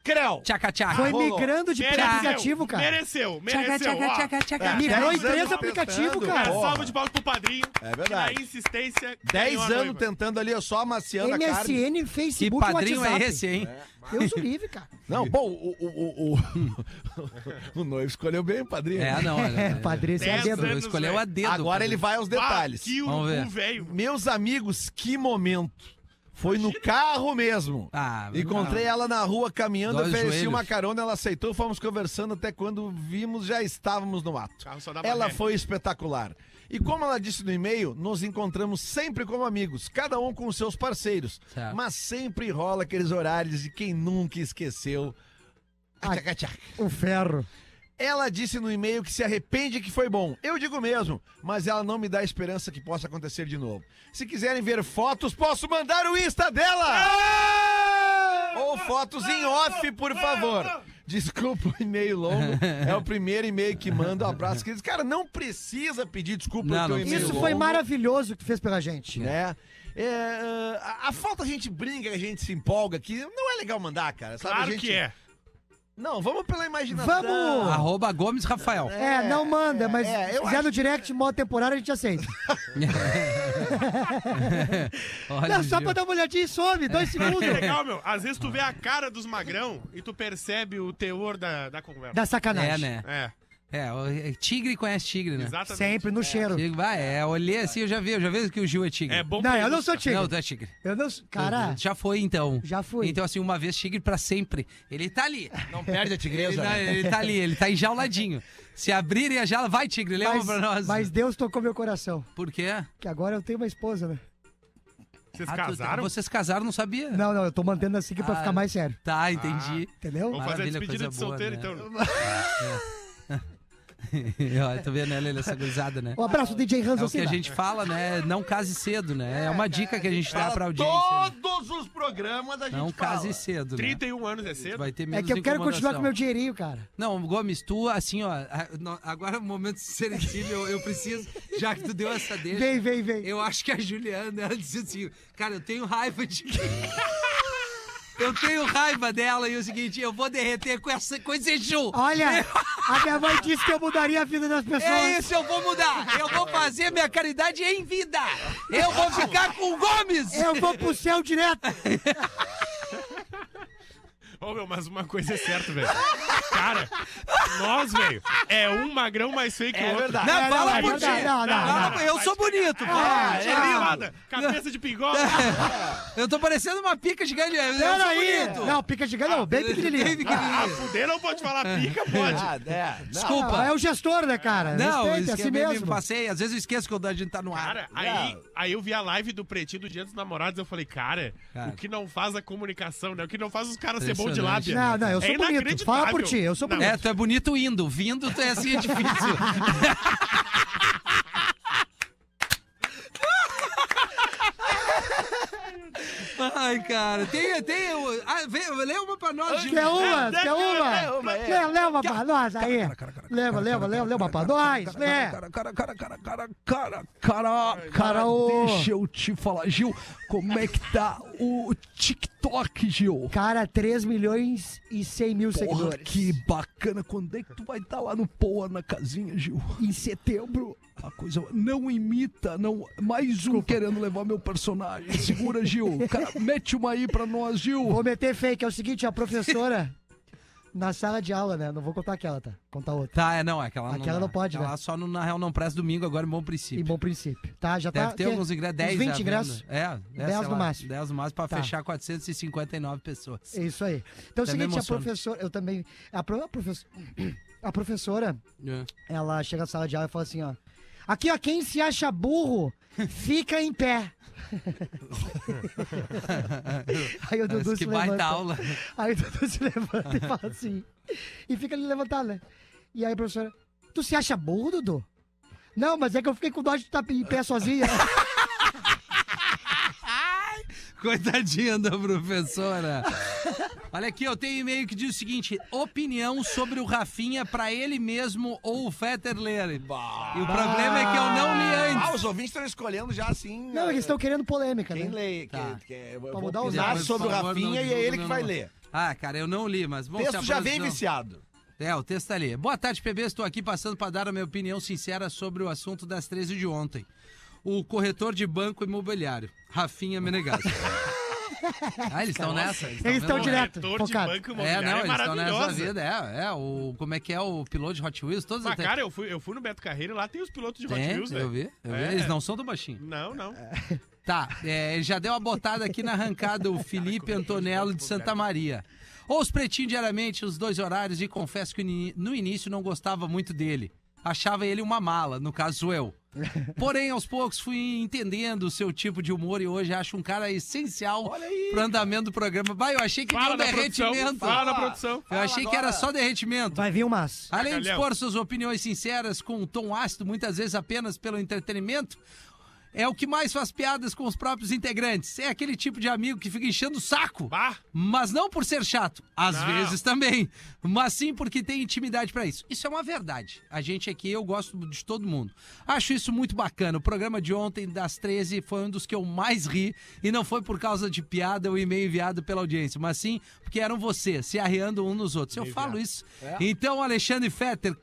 Speaker 6: creu.
Speaker 4: Tchaca, tchaca.
Speaker 7: Foi
Speaker 6: Tá, rolou.
Speaker 7: migrando de
Speaker 5: Mereceu,
Speaker 7: aplicativo, cara.
Speaker 5: Mereceu,
Speaker 4: Tchaca,
Speaker 5: mereceu.
Speaker 4: tchaca,
Speaker 5: ó.
Speaker 4: tchaca, tchaca.
Speaker 6: É.
Speaker 7: Migrou em
Speaker 6: Dez anos
Speaker 7: três aplicativos,
Speaker 6: testando,
Speaker 5: Cara,
Speaker 7: cara.
Speaker 6: porra.
Speaker 5: salva É, de palmas pro padrinho.
Speaker 6: É verdade.
Speaker 5: Que na insistência.
Speaker 6: 10
Speaker 5: ganhou a
Speaker 6: anos
Speaker 5: noiva.
Speaker 6: tentando ali, ó, só amaciando a carne.
Speaker 7: MSN,
Speaker 4: Que
Speaker 7: Facebook,
Speaker 4: padrinho
Speaker 7: WhatsApp.
Speaker 4: é esse, hein?
Speaker 7: Deus o livre, cara.
Speaker 6: Não, bom, o, o, o, o, o noivo escolheu bem o padrinho.
Speaker 4: É, não, é,
Speaker 7: É, padrinho, você é
Speaker 5: Dez
Speaker 7: dedo.
Speaker 5: anos.
Speaker 4: Escolheu a dedo.
Speaker 6: Agora
Speaker 4: padrinho.
Speaker 6: ele vai aos detalhes.
Speaker 5: Ah, que o
Speaker 4: Vamos ver.
Speaker 5: o velho.
Speaker 6: Meus amigos, que momento. Foi no carro mesmo.
Speaker 4: Ah,
Speaker 6: Encontrei ela na rua caminhando,
Speaker 4: Dói os
Speaker 6: ofereci
Speaker 4: joelhos.
Speaker 6: uma carona, ela aceitou, fomos conversando até quando vimos, já estávamos no ato.
Speaker 5: carro só dava
Speaker 6: Ela
Speaker 5: ré.
Speaker 6: foi espetacular. E como ela disse no e-mail, nos encontramos sempre como amigos, cada um com seus parceiros.
Speaker 4: Certo.
Speaker 6: Mas sempre rola aqueles horários de quem nunca esqueceu. a
Speaker 7: Ah.
Speaker 6: tchaca-tchaca.
Speaker 7: O ferro.
Speaker 6: Ela disse no e-mail que se arrepende que foi bom. Eu digo mesmo, mas ela não me dá esperança que possa acontecer de novo. Se quiserem ver fotos, posso mandar o Insta dela!
Speaker 5: É!
Speaker 6: Ou fotos em off, por favor. Desculpa o e-mail longo. É o primeiro e-mail que manda. Um abraço, queridos. Cara, não precisa pedir desculpa
Speaker 4: Não,
Speaker 6: no teu
Speaker 4: não
Speaker 6: e-mail
Speaker 4: precisa.
Speaker 7: Isso foi
Speaker 6: longo
Speaker 7: maravilhoso que tu fez pela gente.
Speaker 6: né? É, a, a falta a gente brinca, a gente se empolga, que não é legal mandar, cara. Sabe?
Speaker 5: Claro
Speaker 6: A gente-
Speaker 5: que é.
Speaker 6: Não, vamos pela imaginação.
Speaker 7: Vamos!
Speaker 4: Arroba Gomes Rafael.
Speaker 7: É, não manda, mas
Speaker 6: é,
Speaker 7: se
Speaker 6: eu
Speaker 7: quiser no direct, modo temporário, a gente aceita.
Speaker 4: Olha,
Speaker 7: Não,
Speaker 4: Gil.
Speaker 7: só
Speaker 4: É. né?
Speaker 7: pra dar uma olhadinha e some, dois segundos.
Speaker 6: é.
Speaker 5: Que legal, meu. Às vezes tu vê a cara dos magrão e tu percebe o teor da, da conversa.
Speaker 7: Da
Speaker 4: É,
Speaker 7: sacanagem.
Speaker 4: né?
Speaker 5: É,
Speaker 4: É, o- é, tigre conhece tigre, né?
Speaker 5: exatamente.
Speaker 7: Sempre no cheiro.
Speaker 4: Tigre, vai, é, olhei assim, eu já vi, eu já vi que o Gil é tigre.
Speaker 5: É bom
Speaker 7: Não,
Speaker 5: pra
Speaker 7: eu não sou
Speaker 5: ilustrar.
Speaker 7: tigre.
Speaker 4: Não, tu é tigre.
Speaker 7: Eu não. Cara,
Speaker 4: Já foi, então.
Speaker 7: Já fui.
Speaker 4: Então, assim, uma vez tigre pra sempre. Ele tá ali.
Speaker 6: Não perde a
Speaker 4: Ele,
Speaker 7: é
Speaker 6: tigresa.
Speaker 4: tá- ele tá ali, ele tá enjauladinho. Se abrirem a jaula, vai, tigre, leva pra
Speaker 7: mas,
Speaker 4: nós.
Speaker 7: mas Deus tocou meu coração.
Speaker 4: Por quê?
Speaker 7: Que agora eu tenho uma esposa, né?
Speaker 5: Vocês
Speaker 4: Ah, tu-
Speaker 5: casaram?
Speaker 4: vocês casaram, não sabia?
Speaker 7: Não, não, eu tô mantendo assim que pra
Speaker 4: Ah.
Speaker 7: ficar mais sério.
Speaker 4: Tá, entendi.
Speaker 7: Entendeu?
Speaker 5: Vamos fazer a
Speaker 4: Maravilha,
Speaker 5: despedida
Speaker 4: coisa
Speaker 5: Tá de
Speaker 4: boa,
Speaker 5: solteiro,
Speaker 4: né?
Speaker 5: então.
Speaker 4: Olha, tu vendo, né, Lelê, essa gurizada, né?
Speaker 7: Um abraço, DJ Hans
Speaker 4: É o que a
Speaker 7: Alcina.
Speaker 4: gente fala, né? Não case cedo, né? É uma dica que a gente dá pra audiência. né?
Speaker 6: Todos os programas a gente
Speaker 4: Não
Speaker 6: fala.
Speaker 4: case cedo, né?
Speaker 5: 31 anos é cedo?
Speaker 4: Vai ter
Speaker 7: É
Speaker 4: menos
Speaker 7: que eu quero continuar com
Speaker 4: incomodação.
Speaker 7: meu dinheirinho, cara.
Speaker 4: Não, Gomes, tu, assim, ó, a- no- agora é um momento serentivo, eu, eu preciso, já que tu deu essa deixa.
Speaker 7: Vem, vem, vem.
Speaker 4: Eu acho que a Juliana, ela disse assim, cara, eu tenho raiva de mim. Eu tenho raiva dela e é o seguinte, eu vou derreter com, essa, com esse chu.
Speaker 7: Olha, a minha mãe disse que eu mudaria a vida das pessoas.
Speaker 4: É isso, eu vou mudar. Eu vou fazer minha caridade em vida. Eu vou ficar com o Gomes.
Speaker 7: Eu vou pro céu direto.
Speaker 5: Ô, meu, mas uma coisa é certa, velho. Cara, nós, velho, é um magrão mais feio que o
Speaker 6: É
Speaker 5: outro.
Speaker 6: verdade.
Speaker 4: Não,
Speaker 7: não,
Speaker 4: fala
Speaker 7: não,
Speaker 4: por
Speaker 7: não,
Speaker 4: ti.
Speaker 7: não, não,
Speaker 4: Fala-
Speaker 5: não.
Speaker 4: Eu sou bonito. fala.
Speaker 5: Ah, é limada, cabeça de pingola.
Speaker 7: É.
Speaker 4: Eu tô parecendo uma pica de galinha. Eu sou
Speaker 7: Peraí.
Speaker 4: bonito.
Speaker 7: Não, pica de galão, bem
Speaker 4: Bem
Speaker 7: pequenininho.
Speaker 4: pequenininho.
Speaker 5: Ah, fuder, não pode falar pica, pode.
Speaker 6: Ah, é. Não.
Speaker 4: Desculpa.
Speaker 7: Ah, é o gestor, né, cara?
Speaker 4: Não,
Speaker 7: Respeita,
Speaker 4: isso
Speaker 7: é
Speaker 4: que
Speaker 7: assim
Speaker 4: eu me-
Speaker 7: mesmo.
Speaker 4: me passei. Às vezes eu esqueço quando a gente tá no ar.
Speaker 5: Cara, aí, aí eu vi a live do Pretinho do Dia dos Namorados, eu falei, cara,
Speaker 4: Cara.
Speaker 5: o que não faz a comunicação, né? O que não faz os caras ser bom de
Speaker 4: Impressionante.
Speaker 5: lábia. É
Speaker 7: Não, não, eu sou bonito.
Speaker 5: inacreditável.
Speaker 7: Fala por ti, eu sou
Speaker 5: Não,
Speaker 7: bonito.
Speaker 4: é, tu é bonito indo. Vindo, tu é assim, é difícil. Ai, cara, tem, tem. o- Ah, vê, lê uma pra nós, Gil.
Speaker 7: Quer uma? Quer
Speaker 6: é,
Speaker 7: uma?
Speaker 6: uma, é.
Speaker 7: Leva, leva pra nós aí. Leva, leva, leva, leva pra nós, né?
Speaker 8: Cara, cara, cara, cara, cara, cara, cara, cara,
Speaker 7: cara, ô.
Speaker 8: deixa eu te falar, Gil, como é que tá o TikTok, Gil?
Speaker 7: Cara, 3 milhões e 100 mil
Speaker 8: Porra,
Speaker 7: seguidores.
Speaker 8: que bacana, quando é que tu vai estar lá no Poa, na casinha, Gil?
Speaker 7: Em setembro.
Speaker 8: A coisa não imita, não. Mais um querendo levar meu personagem. Segura, Gil. Cara, mete uma aí pra nós, Gil.
Speaker 7: Vou meter fake. É o seguinte, a professora na sala de aula, né? Não vou contar aquela, tá? Contar outra.
Speaker 4: Tá, é, não, é aquela não.
Speaker 7: Aquela
Speaker 4: dá.
Speaker 7: não pode,
Speaker 4: aquela
Speaker 7: né?
Speaker 4: só no, na real não presta domingo, agora em bom
Speaker 7: Em
Speaker 4: princípio.
Speaker 7: bom princípio. Tá, já
Speaker 4: Deve
Speaker 7: tá.
Speaker 4: ter
Speaker 6: é?
Speaker 7: que-
Speaker 4: alguns ingressos, 10
Speaker 7: uns
Speaker 4: à
Speaker 7: 20
Speaker 4: venda.
Speaker 7: ingressos.
Speaker 4: É, 10,
Speaker 7: 10
Speaker 4: sei
Speaker 7: no
Speaker 4: lá,
Speaker 7: máximo.
Speaker 4: 10 no máximo pra
Speaker 7: Tá.
Speaker 4: fechar 459 pessoas.
Speaker 7: É isso aí.
Speaker 8: Tá
Speaker 7: Então é
Speaker 4: Também
Speaker 7: o seguinte, a
Speaker 4: emociona.
Speaker 7: professora. Eu também. A, pro- a professora. A professora, ela chega na sala de aula e fala assim, ó. Aqui, ó, quem se acha burro, fica em pé. aí o Dudu
Speaker 4: Mas que
Speaker 7: se
Speaker 4: baita
Speaker 7: levanta.
Speaker 4: aula.
Speaker 7: Aí o Dudu se levanta e fala assim. E fica ali levantado, né? E aí a professora, tu se acha burro, Dudu? Não, mas é que eu fiquei com dó de estar em pé sozinha.
Speaker 4: Coitadinha da professora. Olha aqui, eu tenho um e-mail que diz o seguinte: opinião sobre o Rafinha pra ele mesmo ou o Fetter ler. E o problema é que eu não li
Speaker 6: Ah,
Speaker 4: antes.
Speaker 6: os ouvintes estão escolhendo já assim.
Speaker 7: Não,
Speaker 6: eh,
Speaker 7: eles estão querendo polêmica,
Speaker 6: Quem
Speaker 7: né?
Speaker 6: lê?
Speaker 4: Tá.
Speaker 6: Que, que, eu vou
Speaker 7: mudar os
Speaker 6: opinar
Speaker 7: dados,
Speaker 6: sobre o
Speaker 4: por favor, não
Speaker 6: Rafinha e é
Speaker 4: divulga,
Speaker 6: ele que
Speaker 4: não,
Speaker 6: vai
Speaker 4: não.
Speaker 6: ler.
Speaker 4: Ah, cara, eu não li, mas bom.
Speaker 6: O
Speaker 4: se
Speaker 6: texto já vem
Speaker 4: aproxima-
Speaker 6: viciado.
Speaker 4: É, o texto tá ali. Boa tarde, PB. Estou aqui passando para dar a minha opinião sincera sobre o assunto das 13 de ontem. O corretor de banco imobiliário, Rafinha Menegas. ah, eles estão nessa.
Speaker 7: Eles estão
Speaker 4: vendo?
Speaker 7: direto,
Speaker 5: Corretor de
Speaker 7: focado.
Speaker 5: banco
Speaker 4: É,
Speaker 5: imobiliário
Speaker 4: não,
Speaker 5: é,
Speaker 4: eles estão nessa
Speaker 5: maravilhosa.
Speaker 4: vida. É, é. O, como é que é o piloto de Hot Wheels? Todos
Speaker 5: Mas,
Speaker 4: até-
Speaker 5: cara, eu fui, eu fui no Beto Carreiro e lá tem os pilotos de Hot
Speaker 4: Tem,
Speaker 5: Wheels,
Speaker 4: eu
Speaker 5: velho.
Speaker 4: vi, eu vi.
Speaker 5: É.
Speaker 4: Eles não são do baixinho.
Speaker 5: Não, não.
Speaker 4: Tá, é, ele já deu uma botada aqui na arrancada o Felipe Antonello de Santa Maria. Ou os pretinhos diariamente, os dois horários, e confesso que ni- no início não gostava muito dele. Achava ele uma mala, no caso eu. Porém, aos poucos fui entendendo o seu tipo de humor e hoje acho um cara essencial pro andamento do programa. Vai, eu achei que
Speaker 5: Fala
Speaker 4: era
Speaker 5: da produção.
Speaker 4: derretimento.
Speaker 5: Fala da produção.
Speaker 4: Eu achei que era só derretimento.
Speaker 7: Vai vir o Mas.
Speaker 4: Além de
Speaker 5: Galhão.
Speaker 4: expor suas opiniões sinceras com um tom ácido, muitas vezes apenas pelo entretenimento, é o que mais faz piadas com os próprios integrantes. É aquele tipo de amigo que fica enchendo o saco.
Speaker 5: Bah!
Speaker 4: Mas não por ser chato, às
Speaker 5: Não.
Speaker 4: vezes também, mas sim porque tem intimidade pra isso. Isso é uma verdade. A gente aqui, eu gosto de todo mundo. Acho isso muito bacana. O programa de ontem, das 13, foi um dos que eu mais ri, e não foi por causa de piada ou e-mail enviado pela audiência, mas sim porque eram vocês, se arreando um nos outros. Eu falo isso. Então, Alexandre Fetter,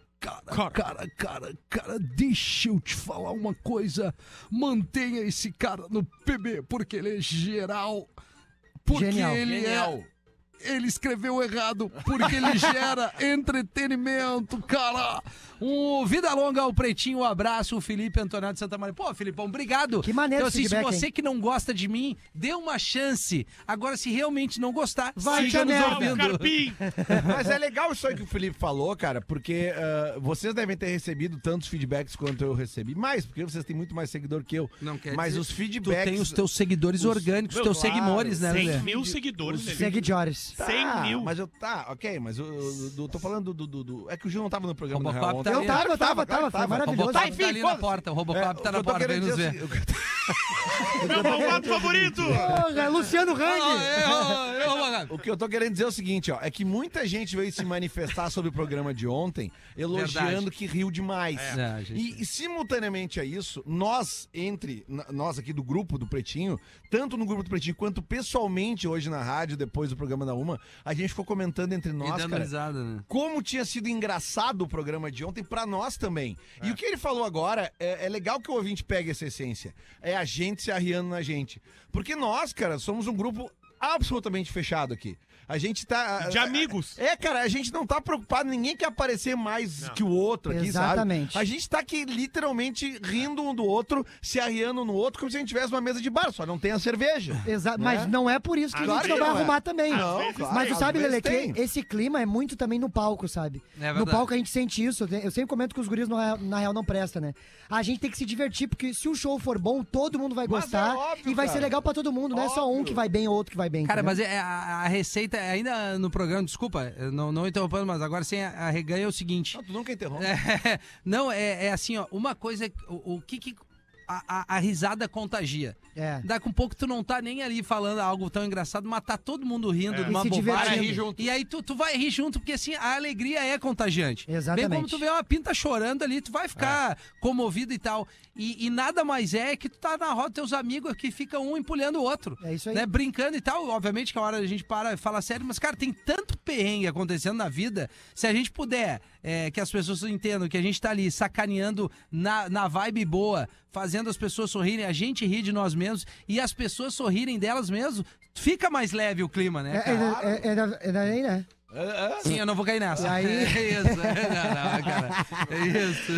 Speaker 8: Cara, cara, cara, cara, deixa eu te falar uma coisa. Mantenha esse cara no PB, porque ele é geral. Porque
Speaker 7: Genial.
Speaker 8: ele
Speaker 6: Genial.
Speaker 8: é. Ele escreveu errado, porque ele gera entretenimento, cara.
Speaker 4: Um vida longa ao Pretinho, um abraço, o Felipe Antonato de Santa Maria. Pô, Filipão, obrigado.
Speaker 7: Que maneiro
Speaker 4: Então,
Speaker 7: esse
Speaker 4: assim, se
Speaker 7: feedback,
Speaker 4: você
Speaker 7: hein?
Speaker 4: que não gosta de mim, dê uma chance. Agora, se realmente não gostar,
Speaker 7: Vai
Speaker 4: siga
Speaker 7: te
Speaker 4: nos
Speaker 7: merda.
Speaker 5: Salve,
Speaker 4: ouvindo.
Speaker 5: Carpim!
Speaker 6: Mas é legal isso aí que o Felipe falou, cara, porque ah, vocês devem ter recebido tantos feedbacks quanto eu recebi. Mais, porque vocês têm muito mais seguidor que eu.
Speaker 4: Não quer
Speaker 6: Mas
Speaker 4: dizer-
Speaker 6: os
Speaker 4: Tu
Speaker 6: feedbacks.
Speaker 4: tem os teus seguidores orgânicos, os
Speaker 6: Meu,
Speaker 4: teus
Speaker 6: claro,
Speaker 4: seguidores, né,
Speaker 6: sem
Speaker 4: Lelê?
Speaker 5: 100 mil seguidores. Lelê.
Speaker 7: Seguidores.
Speaker 5: 100
Speaker 6: Ah,
Speaker 5: mil.
Speaker 6: Mas eu. Tá, ok, mas eu, eu- eu tô falando do, do- do- É que o Gil não tava no programa
Speaker 4: Robocop
Speaker 6: na real, ontem.
Speaker 4: tá
Speaker 7: Eu
Speaker 4: ali,
Speaker 7: tava, eu tava,
Speaker 6: Claro que
Speaker 7: tava. Foi
Speaker 6: tava.
Speaker 4: O
Speaker 7: maravilhoso.
Speaker 4: Robocop
Speaker 6: enfim,
Speaker 4: tá ali na
Speaker 6: foda-se.
Speaker 4: porta, o
Speaker 6: É,
Speaker 4: Robocop
Speaker 6: o
Speaker 4: tá
Speaker 6: que
Speaker 4: na
Speaker 6: eu tô
Speaker 4: porta, vem
Speaker 6: querendo
Speaker 4: nos
Speaker 6: dizer
Speaker 4: ver.
Speaker 6: é o seguinte, eu-
Speaker 5: É Meu malvado favorito!
Speaker 7: Porra, é Luciano
Speaker 4: é,
Speaker 7: Hang.
Speaker 4: Ô, ô, ô, Robocop.
Speaker 6: O que eu tô querendo dizer é o seguinte, ó, é que muita gente veio se manifestar sobre o programa de ontem, elogiando
Speaker 4: Verdade.
Speaker 6: que riu demais.
Speaker 4: É. É, a gente-
Speaker 6: E, e simultaneamente a isso, nós entre n- nós aqui do grupo do Pretinho, tanto no grupo do Pretinho quanto pessoalmente hoje na rádio depois do programa da Uma, a gente ficou comentando entre
Speaker 4: E
Speaker 6: nós,
Speaker 4: dando
Speaker 6: cara,
Speaker 4: risada, né?
Speaker 6: como tinha sido engraçado o programa de ontem pra nós também. E o que ele falou agora, é, é legal que o ouvinte pegue essa essência. É a gente se arriando na gente. Porque nós, cara, somos um grupo absolutamente fechado aqui. A gente tá...
Speaker 5: De amigos.
Speaker 6: É, cara, a gente não tá preocupado, ninguém quer aparecer mais que o outro aqui,
Speaker 7: Exatamente.
Speaker 6: sabe? A gente tá aqui literalmente rindo um do outro, se arriando um no outro, como se a gente tivesse uma mesa de bar, só não tem a cerveja.
Speaker 7: Exa- Mas não é por isso que a
Speaker 6: Claro
Speaker 7: gente
Speaker 6: que
Speaker 7: não vai
Speaker 6: não é.
Speaker 7: arrumar também.
Speaker 6: Não, claro.
Speaker 7: Mas tu
Speaker 6: Às
Speaker 7: sabe,
Speaker 6: vezes
Speaker 7: Lele, que
Speaker 6: tem.
Speaker 7: esse clima é muito também no palco, sabe?
Speaker 4: É
Speaker 7: no
Speaker 4: verdade.
Speaker 7: palco a gente sente isso. Eu te- Eu sempre comento que os guris, na, na real, não presta, né? A gente tem que se divertir, porque se o show for bom, todo mundo vai
Speaker 6: Mas
Speaker 7: gostar.
Speaker 6: é óbvio,
Speaker 7: e vai ser
Speaker 6: cara.
Speaker 7: legal pra todo mundo, não é só um
Speaker 6: Óbvio.
Speaker 7: que vai bem ou outro que vai bem.
Speaker 4: Cara,
Speaker 7: entendeu?
Speaker 4: mas é- a, a receita, ainda no programa, desculpa, eu não, não interrompendo, mas agora sem a, a reganha é o seguinte.
Speaker 7: Tá
Speaker 6: Não, tu nunca interrompe.
Speaker 4: É, não, é, é assim, ó. Uma coisa, é- o, o que que a, a- a risada contagia.
Speaker 7: É.
Speaker 4: Daqui um pouco tu não tá nem ali falando algo tão engraçado, mas tá todo mundo rindo de uma
Speaker 7: E É. se
Speaker 4: bobagem.
Speaker 7: divertindo.
Speaker 4: Ri junto. E aí tu, tu vai rir junto, porque assim, a alegria é contagiante.
Speaker 7: Exatamente. É.
Speaker 4: Bem como tu vê uma pinta chorando ali, tu vai ficar comovido e tal. E, e nada mais é que tu tá na roda dos teus amigos que ficam um empulhando o outro.
Speaker 7: É isso aí.
Speaker 4: Né? Brincando e tal. Obviamente que a hora a gente para e fala sério, mas, cara, tem tanto perrengue acontecendo na vida. Se a gente puder é, que as pessoas entendam que a gente tá ali sacaneando na, na vibe boa, fazendo as pessoas sorrirem, a gente rir de nós mesmos e as pessoas sorrirem delas mesmas, fica mais leve o clima, né?
Speaker 7: É,
Speaker 4: cara?
Speaker 7: é, é, é, da- é daí, né?
Speaker 4: Sim, eu não vou cair nessa.
Speaker 7: E aí?
Speaker 4: É isso. Não, não, cara. É isso.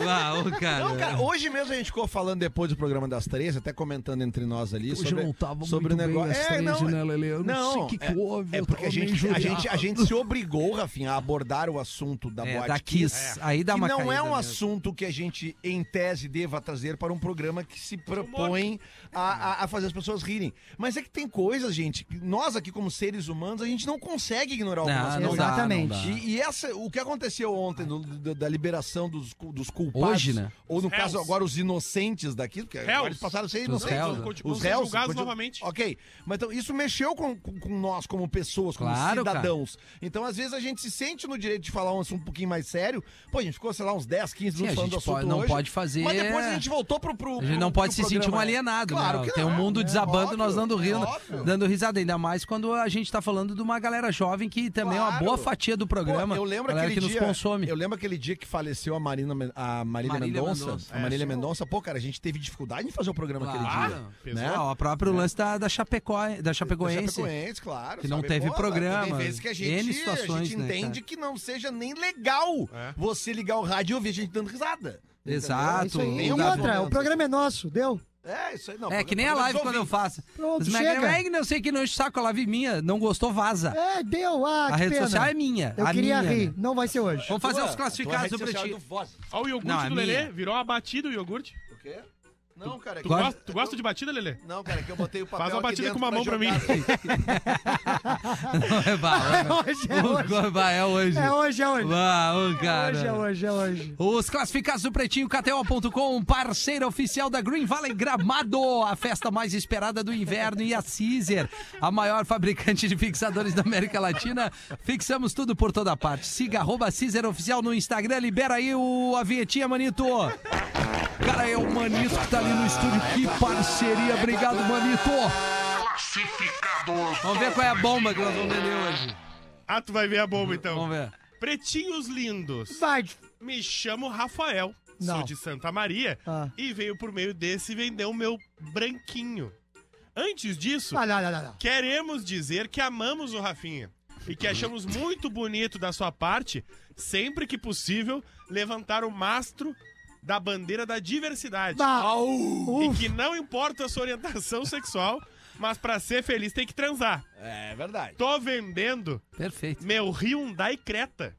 Speaker 4: Uau, cara.
Speaker 6: Não, cara, hoje mesmo a gente ficou falando depois do programa das três, até comentando entre nós ali
Speaker 8: Hoje
Speaker 6: sobre,
Speaker 8: eu não tava
Speaker 6: sobre
Speaker 8: muito
Speaker 6: o negócio.
Speaker 8: bem às
Speaker 6: é,
Speaker 8: 13,
Speaker 6: não,
Speaker 8: né, Lelê? Eu não, sei o que, que
Speaker 6: é-
Speaker 8: houve.
Speaker 6: É
Speaker 8: eu
Speaker 6: porque a
Speaker 8: tava meio
Speaker 6: gente, a,
Speaker 8: injuriado.
Speaker 6: gente, a gente se obrigou, Rafinha, a abordar o assunto da
Speaker 4: É,
Speaker 6: boate
Speaker 4: da Kiss. Aí dá
Speaker 6: que
Speaker 4: uma
Speaker 6: não é
Speaker 4: caída
Speaker 6: um
Speaker 4: mesmo.
Speaker 6: assunto que a gente, em tese, deva trazer para um programa que se
Speaker 8: é um
Speaker 6: propõe a, a- a fazer as pessoas rirem. Mas é que tem coisas, gente, que nós aqui como seres humanos, a gente não consegue ignorar algumas
Speaker 4: Não, não
Speaker 6: coisas.
Speaker 4: dá,
Speaker 7: Exatamente.
Speaker 4: não dá.
Speaker 6: E, e essa, o que aconteceu ontem do- do- da liberação dos, cu- dos culpados,
Speaker 4: Hoje, né?
Speaker 6: ou no
Speaker 5: Os
Speaker 6: caso
Speaker 5: réus.
Speaker 6: agora os inocentes daqui, porque agora
Speaker 5: Réus.
Speaker 6: eles passaram a ser
Speaker 4: Dos
Speaker 6: inocentes.
Speaker 4: réus,
Speaker 6: né?
Speaker 4: né?
Speaker 5: Continuam sendo julgados
Speaker 6: continuam-
Speaker 5: novamente.
Speaker 6: Ok, mas então isso mexeu com, com- com nós como pessoas, como
Speaker 4: Claro, cara.
Speaker 6: cidadãos. Então às vezes a gente se sente no direito de falar um assunto um pouquinho mais sério. Pô, a gente ficou, sei lá, uns 10, 15
Speaker 4: Sim, a
Speaker 6: minutos falando do
Speaker 4: gente
Speaker 6: assunto
Speaker 4: pode- não
Speaker 6: hoje,
Speaker 4: pode fazer-
Speaker 6: Mas depois a gente voltou pro... pro,
Speaker 4: A gente não
Speaker 6: pro-
Speaker 4: pode se
Speaker 6: pro
Speaker 4: sentir um
Speaker 6: programa. é
Speaker 4: alienado,
Speaker 6: claro
Speaker 4: né?
Speaker 6: que
Speaker 4: Tem um
Speaker 6: não,
Speaker 4: mundo
Speaker 6: é
Speaker 4: desabando e nós
Speaker 6: óbvio,
Speaker 4: dando rindo,
Speaker 6: é óbvio.
Speaker 4: dando risada, ainda mais quando a gente tá falando de uma galera jovem que também é uma
Speaker 6: Claro.
Speaker 4: boa fatia do programa.
Speaker 6: Pô, eu lembro
Speaker 4: galera
Speaker 6: aquele
Speaker 4: que
Speaker 6: dia,
Speaker 4: nos consome.
Speaker 6: Eu lembro aquele dia que faleceu a Marina Men- a Marília
Speaker 4: Marília
Speaker 6: Mendonça,
Speaker 4: Mendonça.
Speaker 6: a
Speaker 5: é.
Speaker 6: Marília Mendonça. Pô, cara, a gente teve dificuldade em fazer o programa aquele dia. né?
Speaker 4: Claro.
Speaker 5: Pessoal,
Speaker 4: Ah, o próprio lance da, da, Chapecó, da Chapecoense.
Speaker 6: Chapecoense, claro.
Speaker 4: Que não
Speaker 6: sabe?
Speaker 4: teve
Speaker 6: Pô,
Speaker 4: programa,
Speaker 6: Tem vezes que a gente,
Speaker 4: N situações,
Speaker 6: a gente
Speaker 4: né,
Speaker 6: entende que não seja nem legal
Speaker 5: É.
Speaker 6: você ligar o rádio e ouvir a gente dando risada.
Speaker 4: Exato.
Speaker 6: Entendeu? É isso aí.
Speaker 7: E
Speaker 6: Tem um
Speaker 7: outra,
Speaker 6: momento.
Speaker 7: o programa é nosso, deu?
Speaker 6: É, isso aí não.
Speaker 4: É que nem a live quando eu faço.
Speaker 7: Pronto,
Speaker 4: Os
Speaker 7: chega.
Speaker 4: magrão, "Ai, não sei que não enche o saco, a live é minha, não gostou, vaza.
Speaker 7: É, deu, ah,
Speaker 4: a
Speaker 7: que
Speaker 4: rede
Speaker 7: pena.
Speaker 4: social é minha.
Speaker 7: Eu
Speaker 4: a
Speaker 7: queria
Speaker 4: minha,
Speaker 7: rir,
Speaker 4: né?
Speaker 7: não vai ser hoje.
Speaker 4: Vamos fazer os classificados do
Speaker 6: Pretinho.
Speaker 4: Pretinho.
Speaker 5: Olha o iogurte
Speaker 4: Não, é
Speaker 5: do Lelê.
Speaker 4: minha.
Speaker 5: Virou uma batida o iogurte.
Speaker 6: O quê? Não, cara. é
Speaker 5: Tu
Speaker 6: que-
Speaker 5: gosta, tu gosta de batida, Lelê?
Speaker 6: Não, cara, é que eu botei o papel
Speaker 5: Faz uma
Speaker 6: aqui
Speaker 5: batida
Speaker 6: dentro
Speaker 5: com uma mão pra mim.
Speaker 6: jogar.
Speaker 4: Vai, vai.
Speaker 7: Hoje é hoje.
Speaker 4: Vai, é hoje.
Speaker 7: É hoje, é hoje.
Speaker 4: Ah, ô, cara.
Speaker 7: Hoje é hoje, é hoje.
Speaker 4: Os classificados do Pretinho, KTO.com, parceira oficial da Green Valley Gramado, a festa mais esperada do inverno, e a Caesar, a maior fabricante de fixadores da América Latina. Fixamos tudo por toda parte. Siga arroba Caesar Oficial no Instagram, libera aí o, a vinhetinha, Manito. Cara, é o Manito que tá ali no estúdio, que parceria. Obrigado, Manito. Vamos ver qual é a bomba que nós vamos vender hoje.
Speaker 5: Ah, tu vai ver a bomba então.
Speaker 4: Vamos ver.
Speaker 5: Pretinhos lindos.
Speaker 7: Vai.
Speaker 5: Me chamo Rafael.
Speaker 7: Não.
Speaker 5: Sou de Santa Maria
Speaker 7: Ah.
Speaker 5: e veio por meio desse vender o meu branquinho. Antes disso,
Speaker 7: Ah, não, não, não, não.
Speaker 5: queremos dizer que amamos o Rafinha e que achamos muito bonito da sua parte, sempre que possível, levantar o mastro da bandeira da diversidade.
Speaker 7: Bah,
Speaker 5: E
Speaker 4: uh.
Speaker 7: uf,
Speaker 5: que não importa a sua orientação sexual, mas pra ser feliz tem que transar.
Speaker 6: É verdade.
Speaker 5: Tô vendendo
Speaker 4: Perfeito.
Speaker 5: meu Hyundai Creta.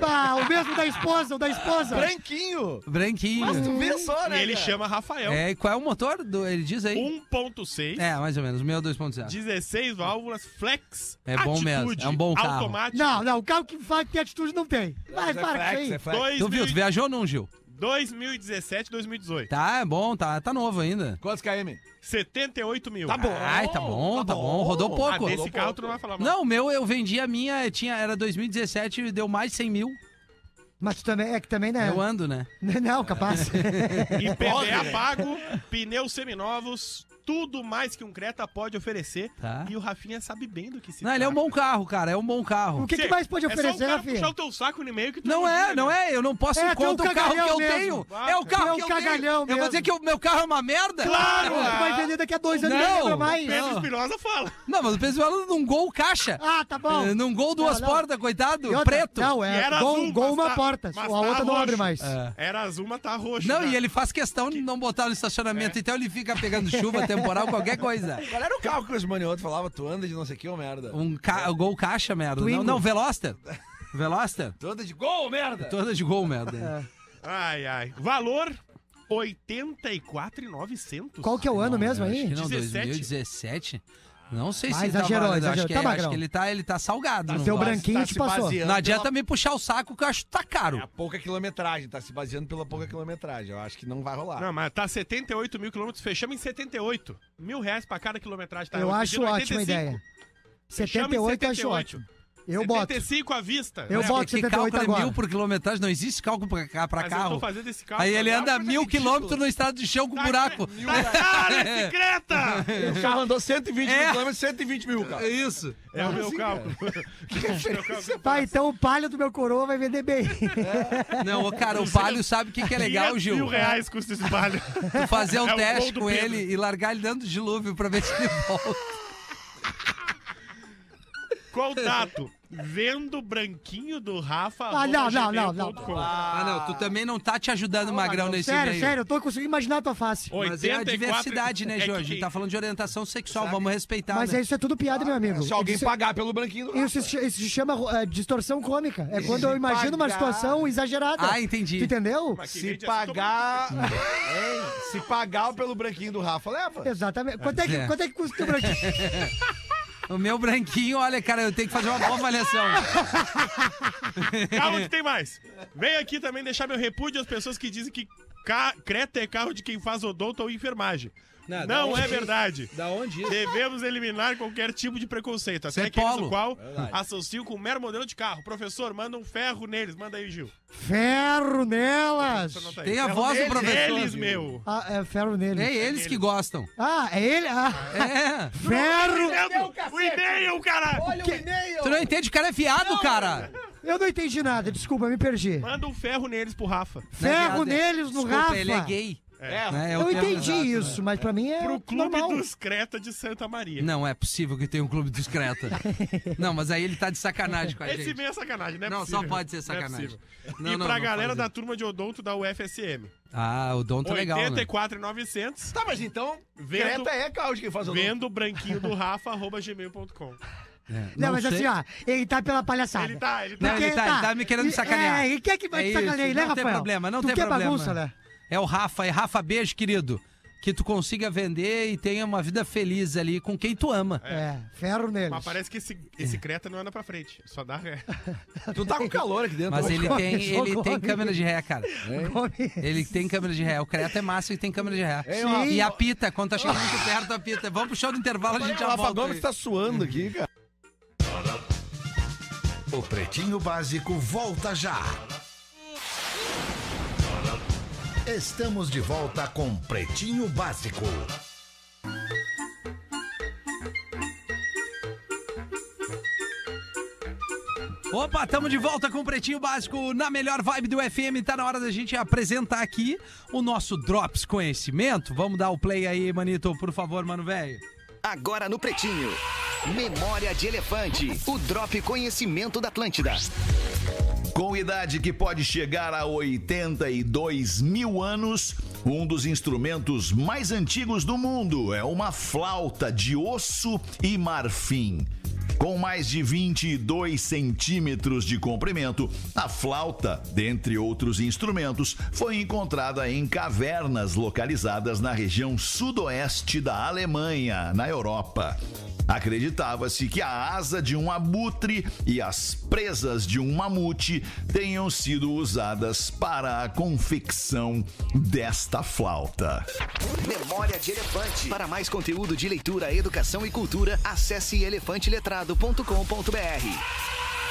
Speaker 7: bah, o mesmo da esposa, o da
Speaker 4: Tá.
Speaker 7: esposa.
Speaker 6: Branquinho. Mas
Speaker 4: Branquinho.
Speaker 6: tu vê só, né?
Speaker 5: e ele
Speaker 6: cara?
Speaker 5: chama Rafael.
Speaker 4: É, e qual é o motor? Do, ele diz aí.
Speaker 5: 1.6.
Speaker 4: É, mais ou menos. O meu é 2.0.
Speaker 5: 16 válvulas flex.
Speaker 4: É bom mesmo, é um bom carro.
Speaker 5: automático.
Speaker 7: Não, não, o carro que fala que tem atitude não tem. Vai,
Speaker 6: É
Speaker 7: para
Speaker 6: flex,
Speaker 7: com
Speaker 6: é
Speaker 7: isso aí.
Speaker 6: flex.
Speaker 4: Tu viu, tu viajou ou não, Gil?
Speaker 5: 2017, 2018.
Speaker 4: Tá, é bom, tá, tá novo ainda.
Speaker 6: Quantos KM?
Speaker 5: 78 mil.
Speaker 4: Ai, tá bom, tá, bom. Rodou
Speaker 5: Ah,
Speaker 4: pouco.
Speaker 5: desse carro tu não vai falar mal.
Speaker 4: Não, o meu eu vendi a minha, eu tinha, era 2017 e deu mais 100 mil.
Speaker 7: Mas tu também, é que também, né?
Speaker 4: Eu ando, né?
Speaker 7: Não, capaz.
Speaker 5: IPVA pago, pneus seminovos, tudo mais que um Creta pode oferecer.
Speaker 4: Tá.
Speaker 5: E o Rafinha sabe bem do que se
Speaker 4: Não,
Speaker 5: trata.
Speaker 4: ele é um bom carro, cara, é um bom carro.
Speaker 7: O que, que mais pode
Speaker 5: é só o
Speaker 7: oferecer,
Speaker 5: cara
Speaker 7: Rafinha?
Speaker 5: puxar o teu saco no e-mail que tu
Speaker 4: Não é,
Speaker 5: imagina,
Speaker 4: não
Speaker 5: né?
Speaker 4: é, eu não posso
Speaker 7: É,
Speaker 4: ir
Speaker 7: tu é um
Speaker 4: contra o carro que eu
Speaker 7: cagalhão mesmo.
Speaker 4: tenho. É o carro
Speaker 7: Tu é um
Speaker 4: que eu
Speaker 7: cagalhão
Speaker 4: tenho. Eu vou
Speaker 7: mesmo.
Speaker 4: dizer que o meu carro é uma merda?
Speaker 5: Claro!
Speaker 7: Tu vai vender daqui a dois anos e
Speaker 4: é. Não,
Speaker 7: não lembra mais.
Speaker 5: Pedro Espinosa fala.
Speaker 4: Não, mas o pessoal falando de um gol caixa.
Speaker 7: Ah, tá bom.
Speaker 4: Eh, Num gol duas
Speaker 7: Não, não.
Speaker 4: portas, coitado,
Speaker 7: E outra-
Speaker 4: preto.
Speaker 7: Não,
Speaker 5: E
Speaker 7: é.
Speaker 5: era
Speaker 7: gol
Speaker 5: azul,
Speaker 7: gol
Speaker 5: mas
Speaker 7: uma
Speaker 5: tá-
Speaker 7: porta.
Speaker 5: mas
Speaker 7: a
Speaker 5: tá
Speaker 7: outra não
Speaker 5: roxo.
Speaker 7: abre mais.
Speaker 5: Era azul, mas tá roxo.
Speaker 4: É. Não,
Speaker 5: já.
Speaker 4: e ele faz questão de não botar no estacionamento,
Speaker 5: É.
Speaker 4: então ele fica pegando chuva, temporal, qualquer coisa.
Speaker 6: Qual era o carro que o Osmanioto falava? Tu anda de não sei que, ô merda.
Speaker 4: Um ca- gol caixa, merda.
Speaker 7: Twingo.
Speaker 4: Não, não, Veloster. Veloster?
Speaker 6: Tu anda de gol, merda.
Speaker 4: Toda de gol,
Speaker 7: É.
Speaker 4: merda.
Speaker 5: Ai, ai. Valor 84,900.
Speaker 7: Qual que é o ano mesmo
Speaker 4: Acho que
Speaker 7: aí?
Speaker 4: não,
Speaker 5: 17?
Speaker 4: 2017. Não sei se
Speaker 7: Ah,
Speaker 4: tá
Speaker 7: exagerou,
Speaker 4: válido, Acho
Speaker 7: exagerou.
Speaker 4: que,
Speaker 7: Tá,
Speaker 4: é, acho
Speaker 7: Magrão.
Speaker 4: que ele tá, ele tá salgado. não
Speaker 7: Seu
Speaker 4: vale.
Speaker 7: branquinho te
Speaker 6: Tá se
Speaker 7: passou.
Speaker 6: baseando
Speaker 4: Não adianta
Speaker 6: pela-
Speaker 4: me puxar o saco, que eu acho que tá
Speaker 6: É a
Speaker 4: caro.
Speaker 6: pouca quilometragem, tá se baseando pela pouca quilometragem. Eu acho que não vai rolar.
Speaker 5: Não, mas tá 78 mil quilômetros, fechamos em 78. Mil reais pra cada quilometragem. Tá?
Speaker 7: Eu acho
Speaker 5: pedindo
Speaker 7: ótima a
Speaker 5: 85.
Speaker 7: ideia.
Speaker 5: Fechamos em
Speaker 7: 78 eu acho
Speaker 5: 78.
Speaker 7: ótimo. Eu boto.
Speaker 5: 75 à vista.
Speaker 7: Eu
Speaker 5: né?
Speaker 7: boto
Speaker 4: Porque
Speaker 7: 78
Speaker 4: cálculo é
Speaker 7: agora.
Speaker 4: mil por quilometragem, não existe cálculo pra, ca- pra
Speaker 5: Mas eu tô
Speaker 4: carro.
Speaker 5: fazendo esse carro.
Speaker 4: Aí ele
Speaker 5: pra-
Speaker 4: anda mil quilômetros no estado de chão com
Speaker 5: Tá-
Speaker 4: buraco.
Speaker 5: Tá caro esse Creta!
Speaker 6: O carro andou 120
Speaker 4: É.
Speaker 6: mil km, 120 mil,
Speaker 4: É
Speaker 6: cara.
Speaker 4: isso.
Speaker 5: É o meu
Speaker 6: Assim,
Speaker 5: cálculo.
Speaker 7: Tá, então o palha do meu coroa vai vender bem.
Speaker 4: Não, ô, cara, o Palio sabe o que, que é legal,
Speaker 5: 500 Mil
Speaker 4: Gil.
Speaker 5: reais custa esse palio.
Speaker 4: Tu fazer um
Speaker 5: É o gol
Speaker 4: teste
Speaker 5: do
Speaker 4: com
Speaker 5: Pedro.
Speaker 4: ele e largar ele dentro do dilúvio pra ver se ele volta.
Speaker 5: Contato. Vendo branquinho do Rafa.
Speaker 7: Ah, não,
Speaker 5: arroba
Speaker 7: não, não,
Speaker 5: gmail ponto com.
Speaker 4: Ah, não, tu também não tá te ajudando, Magrão, nesse
Speaker 7: sério,
Speaker 4: meio.
Speaker 7: sério, eu tô conseguindo imaginar a tua face.
Speaker 4: Mas é a
Speaker 5: 84
Speaker 4: diversidade, né,
Speaker 5: é
Speaker 4: Gil?
Speaker 5: que-
Speaker 4: A gente tá falando de orientação sexual, vamos respeitar.
Speaker 7: Mas
Speaker 4: né?
Speaker 7: é isso é tudo piada, meu amigo.
Speaker 6: Se alguém
Speaker 7: Isso- é-
Speaker 6: pagar pelo branquinho do
Speaker 7: Isso, se- isso se chama eh, distorção cômica. É quando eu imagino uma
Speaker 6: pagar.
Speaker 7: situação exagerada.
Speaker 4: Ah, entendi.
Speaker 7: Tu entendeu?
Speaker 5: Mas quem
Speaker 6: Se
Speaker 5: vende assim, todo
Speaker 6: pagar. Hein? Se pagar pelo branquinho do Rafa, leva.
Speaker 7: Exatamente. Quanto é que,
Speaker 4: É.
Speaker 7: quanto é que custa o teu branquinho?
Speaker 4: O meu branquinho, olha, cara, eu tenho que fazer uma boa avaliação.
Speaker 5: Calma que tem mais. Venho aqui também deixar meu repúdio às pessoas que dizem que ca- Creta é carro de quem faz odonto ou enfermagem. Não,
Speaker 4: um
Speaker 5: é verdade.
Speaker 4: Da onde isso?
Speaker 5: Devemos eliminar qualquer tipo de preconceito,
Speaker 4: Isso é
Speaker 5: até aqueles
Speaker 4: polo.
Speaker 5: do qual associam com um mero modelo de carro. Professor, manda um ferro neles. Manda aí, Gil.
Speaker 7: ferro nelas!
Speaker 5: Você não tá aí.
Speaker 4: Tem a
Speaker 5: Ferro
Speaker 4: voz do
Speaker 5: neles,
Speaker 4: professor.
Speaker 5: Neles, meu.
Speaker 7: Ah, é ferro neles.
Speaker 4: É eles que gostam.
Speaker 7: Ah, é ele? Ah,
Speaker 4: É.
Speaker 7: ferro!
Speaker 5: O e-mail, cara.
Speaker 4: Tu não entende, o cara é fiado, cara.
Speaker 7: Eu não entendi nada, desculpa, me perdi.
Speaker 5: Manda um ferro neles pro Rafa.
Speaker 4: Não é
Speaker 7: Ferro
Speaker 4: viado, é-
Speaker 7: neles no
Speaker 4: Desculpa,
Speaker 7: Rafa!
Speaker 4: ele é gay.
Speaker 5: É,
Speaker 4: né? É o
Speaker 7: Eu
Speaker 4: termo
Speaker 7: entendi
Speaker 4: exato, né?
Speaker 7: isso, mas pra mim é
Speaker 5: pro Clube
Speaker 7: normal.
Speaker 5: dos Creta de Santa Maria.
Speaker 4: Não é possível que tenha um clube dos Creta. não, mas aí ele tá de sacanagem com a
Speaker 5: Esse
Speaker 4: gente.
Speaker 5: meio é sacanagem, né?
Speaker 4: Não, só pode ser sacanagem. Não,
Speaker 5: e
Speaker 4: não,
Speaker 5: pra
Speaker 4: não
Speaker 5: galera
Speaker 4: pode.
Speaker 5: da turma de odonto da UFSM.
Speaker 4: Ah, o Dom tá legal, né?
Speaker 5: 84,900.
Speaker 6: Tá, mas então,
Speaker 5: Vendo-
Speaker 6: Creta é caos quem faz o
Speaker 5: Vendo o branquinho do Rafa, arroba gmail.com.
Speaker 4: É,
Speaker 7: Não, mas
Speaker 4: sei.
Speaker 7: assim, ó, ele tá pela palhaçada.
Speaker 5: Ele tá, ele
Speaker 4: Não,
Speaker 5: tá.
Speaker 7: Porque
Speaker 4: ele tá- ele tá me querendo me sacanear.
Speaker 7: É, ele quer que vai
Speaker 4: É
Speaker 7: te
Speaker 4: isso,
Speaker 7: sacanear, né,
Speaker 4: não tem
Speaker 7: Rafael?
Speaker 4: problema, não
Speaker 7: tu
Speaker 4: tem
Speaker 7: quer
Speaker 4: problema.
Speaker 7: bagunça, né?
Speaker 4: É o Rafa, é Rafa, beijo, querido. Que tu consiga vender e tenha uma vida feliz ali com quem tu ama.
Speaker 7: É, ferro neles.
Speaker 5: Mas parece que esse, esse creta não anda pra frente. Só dá ré.
Speaker 6: Tu tá com calor aqui dentro.
Speaker 4: Mas ele tem, ele tem
Speaker 7: Socorro.
Speaker 4: câmera de ré, cara. Ele tem câmera de ré. O Creta é massa e tem câmera de ré.
Speaker 7: Rafa.
Speaker 4: E apita, quando tá chegando muito perto, apita. Vamos pro show do intervalo, a gente
Speaker 6: O
Speaker 4: já
Speaker 6: Rafa
Speaker 4: volta.
Speaker 6: Gomes
Speaker 4: aí.
Speaker 6: tá suando aqui, cara.
Speaker 2: O Pretinho Básico volta já. Estamos de volta com Pretinho Básico.
Speaker 4: Opa, tamo de volta com o Pretinho Básico na melhor vibe do FM. Tá na hora da gente apresentar aqui o nosso Drops Conhecimento. Vamos dar o play aí, Manito, por favor, mano velho.
Speaker 9: Agora no Pretinho. Memória de Elefante. O Drop Conhecimento da Atlântida.
Speaker 2: Com idade que pode chegar a 82 mil anos, um dos instrumentos mais antigos do mundo é uma flauta de osso e marfim. Com mais de 22 centímetros de comprimento, a flauta, dentre outros instrumentos, foi encontrada em cavernas localizadas na região sudoeste da Alemanha, na Europa. Acreditava-se que a asa de um abutre e as presas de um mamute tenham sido usadas para a confecção desta flauta.
Speaker 9: Memória de Elefante. Para mais conteúdo de leitura, educação e cultura, acesse elefanteletrado.com.br.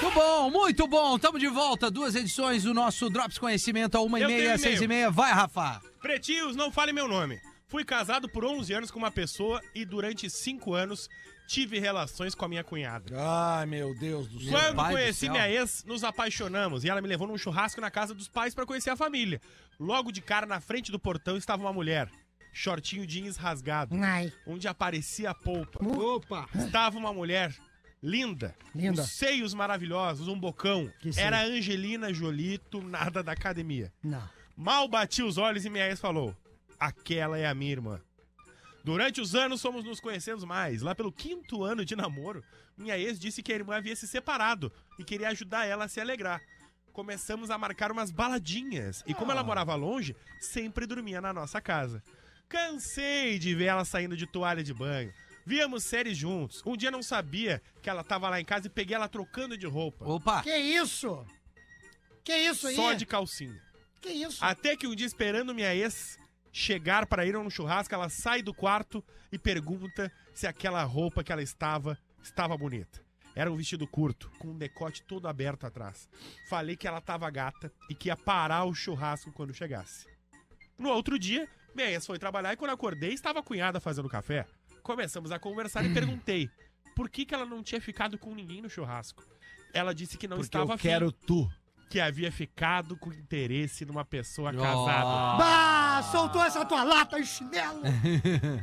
Speaker 4: Muito bom, muito bom. Tamo de volta. Duas edições do nosso Drops Conhecimento a uma e
Speaker 5: Eu tenho
Speaker 4: meia,
Speaker 5: e-mail.
Speaker 4: seis e meia. Vai, Rafa.
Speaker 5: Pretinhos, não fale meu nome. Fui casado por 11 anos com uma pessoa e durante 5 anos tive relações com a minha cunhada.
Speaker 6: Ai, meu Deus do céu.
Speaker 5: Quando
Speaker 4: pai do
Speaker 5: conheci
Speaker 4: céu.
Speaker 5: minha ex, nos apaixonamos e ela me levou num churrasco na casa dos pais pra conhecer a família. Logo de cara, na frente do portão estava uma mulher. Shortinho jeans rasgado,
Speaker 7: Ai,
Speaker 5: onde aparecia a polpa.
Speaker 4: Opa.
Speaker 5: Estava uma mulher linda,
Speaker 7: Linda.
Speaker 5: os seios maravilhosos, um bocão.
Speaker 7: Que seio.
Speaker 5: Era Angelina Jolito, nada da academia.
Speaker 7: não.
Speaker 5: Mal bati os olhos e minha ex falou: Aquela é a minha irmã. Durante os anos fomos nos conhecendo mais. Lá pelo quinto ano de namoro, minha ex disse que a irmã havia se separado e queria ajudar ela a se alegrar. Começamos a marcar umas baladinhas e,
Speaker 7: Ah.
Speaker 5: como ela morava longe, sempre dormia na nossa casa. Cansei de ver ela saindo de toalha de banho. Víamos séries juntos. Um dia não sabia que ela estava lá em casa e peguei ela trocando de roupa.
Speaker 4: Opa.
Speaker 7: Que isso? Que isso aí? é
Speaker 5: Só de calcinha.
Speaker 7: Que isso?
Speaker 5: Até que um dia, esperando minha ex chegar para ir a um churrasco, ela sai do quarto e pergunta se aquela roupa que ela estava estava bonita. Era um vestido curto, com um decote todo aberto atrás. Falei que ela tava gata e que ia parar o churrasco quando chegasse. No outro dia, minha ex foi trabalhar e quando eu acordei, estava a cunhada fazendo café. Começamos a conversar e perguntei por que, que ela não tinha ficado com ninguém no churrasco. Ela disse que não
Speaker 6: Porque
Speaker 5: estava
Speaker 6: eu
Speaker 5: afim
Speaker 6: quero tu.
Speaker 5: que havia ficado com interesse numa pessoa
Speaker 4: Oh.
Speaker 6: Ah.
Speaker 5: casada.
Speaker 7: Bah, soltou essa tua lata em chinelo.